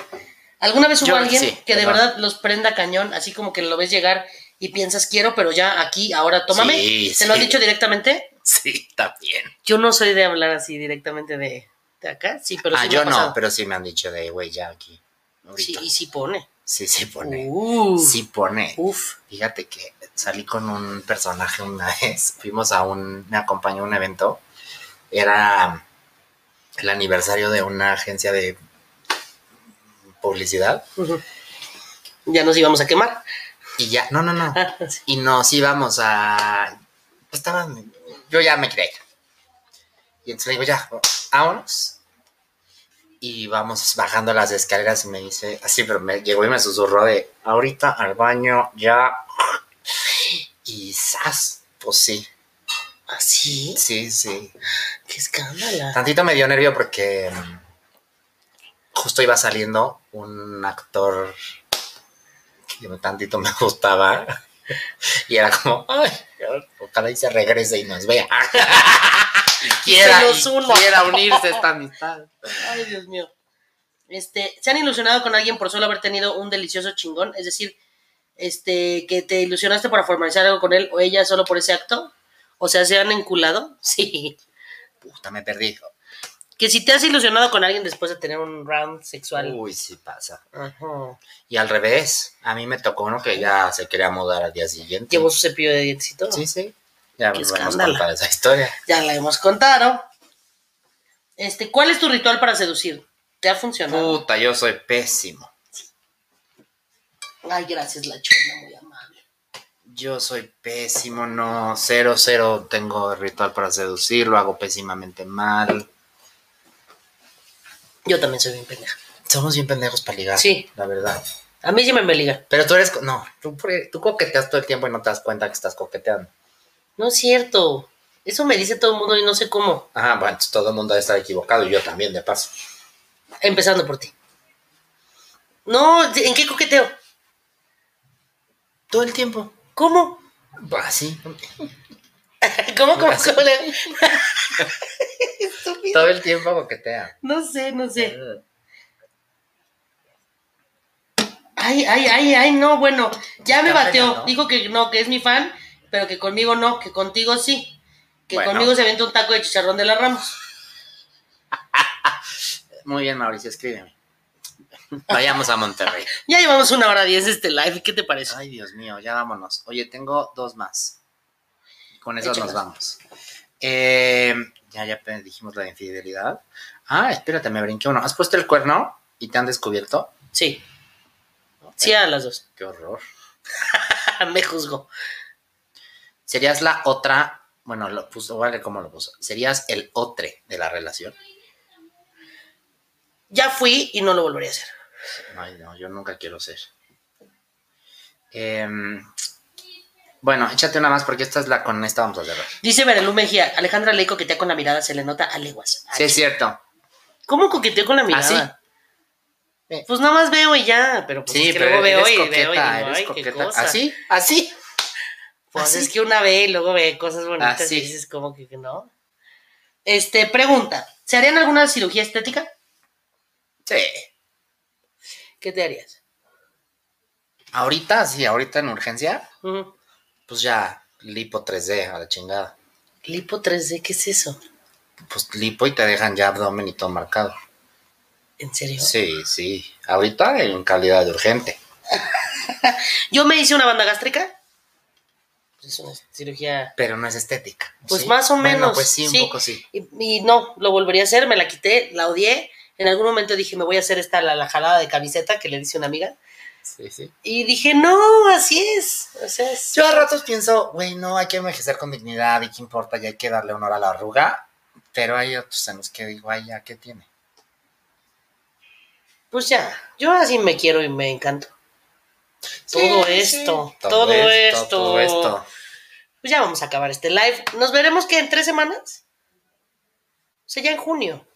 Speaker 4: ¿Alguna vez hubo
Speaker 3: Yo creo que
Speaker 4: alguien
Speaker 3: sí,
Speaker 4: que de
Speaker 3: perdón.
Speaker 4: verdad los prenda cañón, así como que lo ves llegar y piensas quiero, pero ya aquí, ahora tómame?
Speaker 3: Sí,
Speaker 4: ¿Se lo
Speaker 3: sí.
Speaker 4: han dicho directamente?
Speaker 3: sí, también.
Speaker 4: Yo no soy de hablar así directamente de, de acá, sí, pero
Speaker 3: ah,
Speaker 4: sí me
Speaker 3: yo
Speaker 4: ha
Speaker 3: no,
Speaker 4: pasado.
Speaker 3: pero sí me han dicho de, güey, ya aquí.
Speaker 4: Sí,
Speaker 3: ahorita".
Speaker 4: y sí pone.
Speaker 3: Sí, sí pone.
Speaker 4: Uh,
Speaker 3: Sí pone.
Speaker 4: Uf.
Speaker 3: Fíjate que salí con un personaje una vez. Fuimos a un. Me acompañó a un evento. Era el aniversario de una agencia de publicidad.
Speaker 4: Ujú. Ya nos íbamos a quemar.
Speaker 3: Y ya. No, no, no.
Speaker 4: Ah, sí.
Speaker 3: Y nos íbamos a. Pues estaba. Yo ya me creía. Y entonces le digo, ya, vámonos. Y vamos bajando las escaleras y me dice, así, pero me llegó y me susurró de, ahorita al baño, ya. Y zas, pues sí,
Speaker 4: ¿Ah, sí?
Speaker 3: sí, sí.
Speaker 4: ¡Qué escándalo!
Speaker 3: Tantito me dio nervio porque mm, justo iba saliendo un actor que tantito me gustaba. Y era como, ay, ojalá y se regrese y nos vea. Ah, Y quiera,
Speaker 4: Se nos
Speaker 3: y
Speaker 4: una.
Speaker 3: quiera unirse a esta amistad.
Speaker 4: Ay, Dios mío. Este, ¿se han ilusionado con alguien por solo haber tenido un delicioso chingón? Es decir, este, que te ilusionaste para formalizar algo con él o ella solo por ese acto? O sea, ¿se han enculado? Sí.
Speaker 3: Puta, me perdí.
Speaker 4: Que si te has ilusionado con alguien después de tener un round sexual.
Speaker 3: Uy, sí pasa.
Speaker 4: Ajá.
Speaker 3: Y al revés, a mí me tocó uno que ya se quería mudar al día siguiente.
Speaker 4: Llevó su cepillo de dientes y todo.
Speaker 3: Sí, sí. Ya
Speaker 4: Qué
Speaker 3: vamos a
Speaker 4: escándalo.
Speaker 3: contar esa historia.
Speaker 4: Ya la hemos contado. Este, ¿cuál es tu ritual para seducir? ¿Te ha funcionado?
Speaker 3: Puta, yo soy pésimo.
Speaker 4: Ay, gracias, la chula, muy amable.
Speaker 3: Yo soy pésimo, no, cero, cero, tengo ritual para seducir, lo hago pésimamente mal.
Speaker 4: Yo también soy bien pendeja.
Speaker 3: Somos bien pendejos para ligar.
Speaker 4: Sí.
Speaker 3: La verdad.
Speaker 4: A mí sí me me ligan.
Speaker 3: Pero tú eres, co- no, tú, pre- tú coqueteas todo el tiempo y no te das cuenta que estás coqueteando.
Speaker 4: No es cierto. Eso me dice todo el mundo y no sé cómo.
Speaker 3: Ajá, bueno, entonces todo el mundo debe estar equivocado y yo también, de paso.
Speaker 4: Empezando por ti. No, ¿en qué coqueteo?
Speaker 3: Todo el tiempo.
Speaker 4: ¿Cómo?
Speaker 3: Pues, Así.
Speaker 4: ¿Cómo, cómo,
Speaker 3: Así.
Speaker 4: cómo le- Estúpido.
Speaker 3: Todo el tiempo coquetea.
Speaker 4: No sé, no sé.
Speaker 3: Eh,
Speaker 4: Ay, ay, ay, ay, no, bueno. Ya me
Speaker 3: Está
Speaker 4: bateó.
Speaker 3: pena, ¿no?
Speaker 4: Dijo que no, que es mi fan, pero que conmigo no, que contigo sí. Que
Speaker 3: Bueno.
Speaker 4: conmigo se avienta un taco de chicharrón de la Ramos.
Speaker 3: Muy bien, Mauricio, escríbeme. Vayamos a Monterrey.
Speaker 4: Ya llevamos una hora diez de este live. ¿Qué te parece?
Speaker 3: Ay, Dios mío, ya vámonos. Oye, tengo dos más. Con esas nos
Speaker 4: Échalas.
Speaker 3: vamos. Eh, ya, ya pe- dijimos la de infidelidad. Ah, espérate, me brinqué uno. ¿Has puesto el cuerno y te han descubierto?
Speaker 4: Sí. Sí, a las dos.
Speaker 3: Qué horror.
Speaker 4: me juzgo.
Speaker 3: Serías la otra. Bueno, lo pues, puso, vale, ¿cómo lo puso? Serías el otre de la relación.
Speaker 4: Ya fui y no lo volvería a hacer.
Speaker 3: Ay, no, yo nunca quiero ser. Em, bueno, échate una más porque esta es la con esta vamos a cerrar.
Speaker 4: Dice Verelú Mejía, Alejandra le coquetea con la mirada, se le nota a leguas.
Speaker 3: Sí, ¿Ah, es cierto.
Speaker 4: ¿Cómo coqueteó con la mirada? Pues nada más veo y ya, pero pues
Speaker 3: Eh. Sí,
Speaker 4: es que
Speaker 3: pero
Speaker 4: luego
Speaker 3: eres
Speaker 4: veo y
Speaker 3: coqueta,
Speaker 4: veo y digo,
Speaker 3: eres
Speaker 4: ay, qué
Speaker 3: coqueta. ¿Ah,
Speaker 4: cosa.
Speaker 3: ¿Así? ¿Así?
Speaker 4: Pues
Speaker 3: Así.
Speaker 4: es que una ve y luego ve cosas bonitas
Speaker 3: Así.
Speaker 4: y dices como que no. Este, pregunta, ¿se harían alguna cirugía estética?
Speaker 3: Sí.
Speaker 4: ¿Qué te harías?
Speaker 3: Ahorita, sí, ahorita en urgencia,
Speaker 4: Ujú.
Speaker 3: pues ya lipo 3D a la chingada.
Speaker 4: Lipo 3D, ¿qué es eso?
Speaker 3: Pues lipo y te dejan ya abdomen y todo marcado.
Speaker 4: ¿En serio?
Speaker 3: Sí, sí. Ahorita en calidad de urgente.
Speaker 4: Yo me hice una banda gástrica. Pues es una cirugía.
Speaker 3: Pero no es estética.
Speaker 4: Pues
Speaker 3: ¿sí?
Speaker 4: más o
Speaker 3: Bueno,
Speaker 4: menos,
Speaker 3: pues sí, un
Speaker 4: sí.
Speaker 3: poco sí.
Speaker 4: Y, y no, lo volvería a hacer, me la quité, la odié. En algún momento dije, me voy a hacer esta, la, la jalada de camiseta que le dice una amiga.
Speaker 3: Sí, sí.
Speaker 4: Y dije, no, así es. O sea, es-
Speaker 3: Yo a ratos pienso, güey, no, hay que envejecer con dignidad y qué importa, y hay que darle honor a la arruga. Pero hay otros en los que digo, ay, ya, ¿qué tiene?
Speaker 4: pues ya, yo así me quiero y me encanto. todo
Speaker 3: Sí, sí.
Speaker 4: esto, todo esto,
Speaker 3: todo esto.
Speaker 4: Pues ya vamos a acabar este live. Nos veremos que en tres semanas. O sea, ya en junio.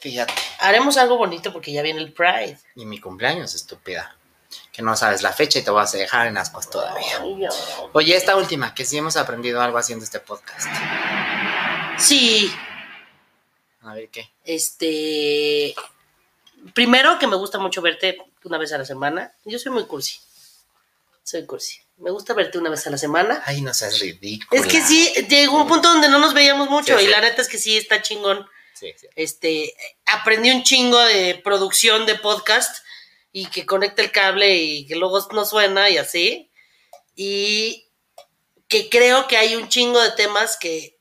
Speaker 3: Fíjate.
Speaker 4: Haremos algo bonito porque ya viene el Pride.
Speaker 3: Y mi cumpleaños, estúpida. Que no sabes la fecha y te vas a dejar en ascuas todavía.
Speaker 4: Ay, no.
Speaker 3: Oye, esta última, que sí hemos aprendido algo haciendo este podcast.
Speaker 4: Sí,
Speaker 3: A ver qué.
Speaker 4: este. Primero que me gusta mucho verte una vez a la semana. Yo soy muy cursi. Soy cursi. Me gusta verte una vez a la semana.
Speaker 3: Ay, no seas ridícula.
Speaker 4: Es que sí, llegó un punto donde no nos veíamos mucho
Speaker 3: Sí, sí.
Speaker 4: y la neta es que sí, está chingón.
Speaker 3: Sí, sí.
Speaker 4: Este, eh, aprendí un chingo de producción de podcast y que conecta el cable y que luego no suena y así. Y que creo que hay un chingo de temas que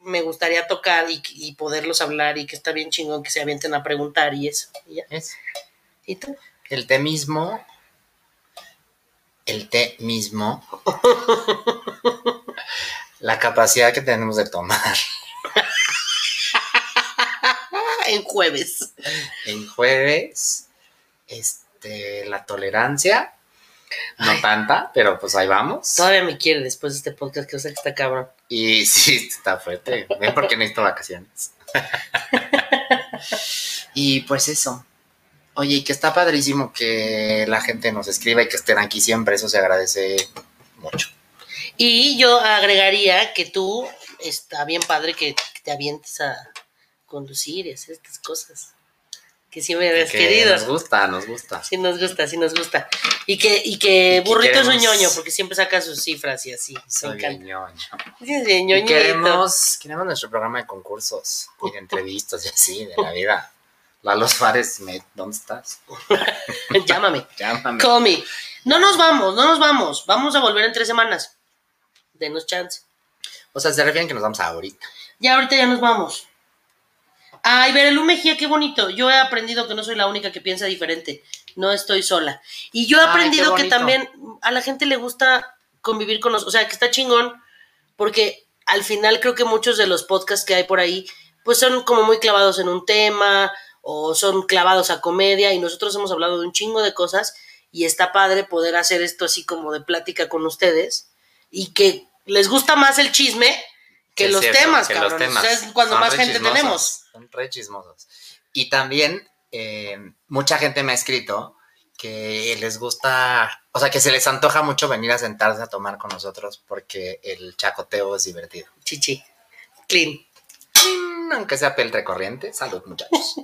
Speaker 4: me gustaría tocar y, y poderlos hablar y que está bien chingón que se avienten a preguntar y eso. Y ya.
Speaker 3: Es
Speaker 4: ¿Y tú?
Speaker 3: el té mismo. El té mismo. la capacidad que tenemos de tomar
Speaker 4: Ah, en jueves.
Speaker 3: en jueves. Este, la tolerancia. No tanta, pero pues ahí vamos.
Speaker 4: Todavía me quiere después de este podcast que o sea que está cabrón.
Speaker 3: Y sí, está fuerte. Ven porque necesito vacaciones. y pues eso. Oye, y que está padrísimo que la gente nos escriba y que estén aquí siempre. Eso se agradece mucho.
Speaker 4: Y yo agregaría que tú está bien padre que te avientes a conducir y hacer estas cosas. Que sí me habías
Speaker 3: Que
Speaker 4: querido.
Speaker 3: Nos gusta, nos gusta.
Speaker 4: Sí nos gusta, sí nos gusta. Y que, y que
Speaker 3: Y que
Speaker 4: burrito es un
Speaker 3: queremos-
Speaker 4: ñoño, porque siempre saca sus cifras y así.
Speaker 3: Soy
Speaker 4: me encanta.
Speaker 3: ñoño.
Speaker 4: Sí, sí,
Speaker 3: Y
Speaker 4: ñoñito.
Speaker 3: queremos, queremos nuestro programa de concursos y de entrevistas y así, de la vida. Lalo Suárez, me- ¿dónde estás?
Speaker 4: Llámame.
Speaker 3: Llámame.
Speaker 4: Call me. No nos vamos, no nos vamos. Vamos a volver en tres semanas. Denos chance.
Speaker 3: O sea, se refieren que nos vamos ahorita.
Speaker 4: Ya ahorita ya nos vamos. Ay, Verelú Mejía, qué bonito. Yo he aprendido que no soy la única que piensa diferente. No estoy sola. Y yo he
Speaker 3: Ay, qué
Speaker 4: aprendido que
Speaker 3: bonito.
Speaker 4: también a la gente le gusta convivir con nosotros. O sea, que está chingón. Porque al final creo que muchos de los podcasts que hay por ahí, pues son como muy clavados en un tema o son clavados a comedia. Y nosotros hemos hablado de un chingo de cosas. Y está padre poder hacer esto así como de plática con ustedes. Y que les gusta más el chisme que
Speaker 3: Sí, es
Speaker 4: los
Speaker 3: cierto,
Speaker 4: temas,
Speaker 3: que
Speaker 4: cabrón.
Speaker 3: los temas.
Speaker 4: O sea, es cuando
Speaker 3: Son
Speaker 4: más
Speaker 3: re
Speaker 4: gente
Speaker 3: chismosos,
Speaker 4: tenemos.
Speaker 3: Son re chismosos. Y también, eh, mucha gente me ha escrito que les gusta, o sea, que se les antoja mucho venir a sentarse a tomar con nosotros porque el chacoteo es divertido.
Speaker 4: Chichi. Clean.
Speaker 3: Mm, Aunque sea pel recorriente, salud muchachos.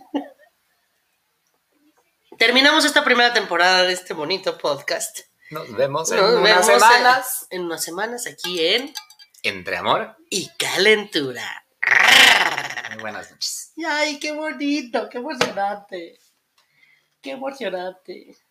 Speaker 4: Terminamos esta primera temporada de este bonito podcast.
Speaker 3: Nos vemos en
Speaker 4: Nos
Speaker 3: unas
Speaker 4: vemos en-
Speaker 3: semanas.
Speaker 4: En, unas semanas aquí en
Speaker 3: Entre amor
Speaker 4: Y Calentura. Ah.
Speaker 3: y buenas noches.
Speaker 4: Ay, qué bonito, qué emocionante. Qué emocionante.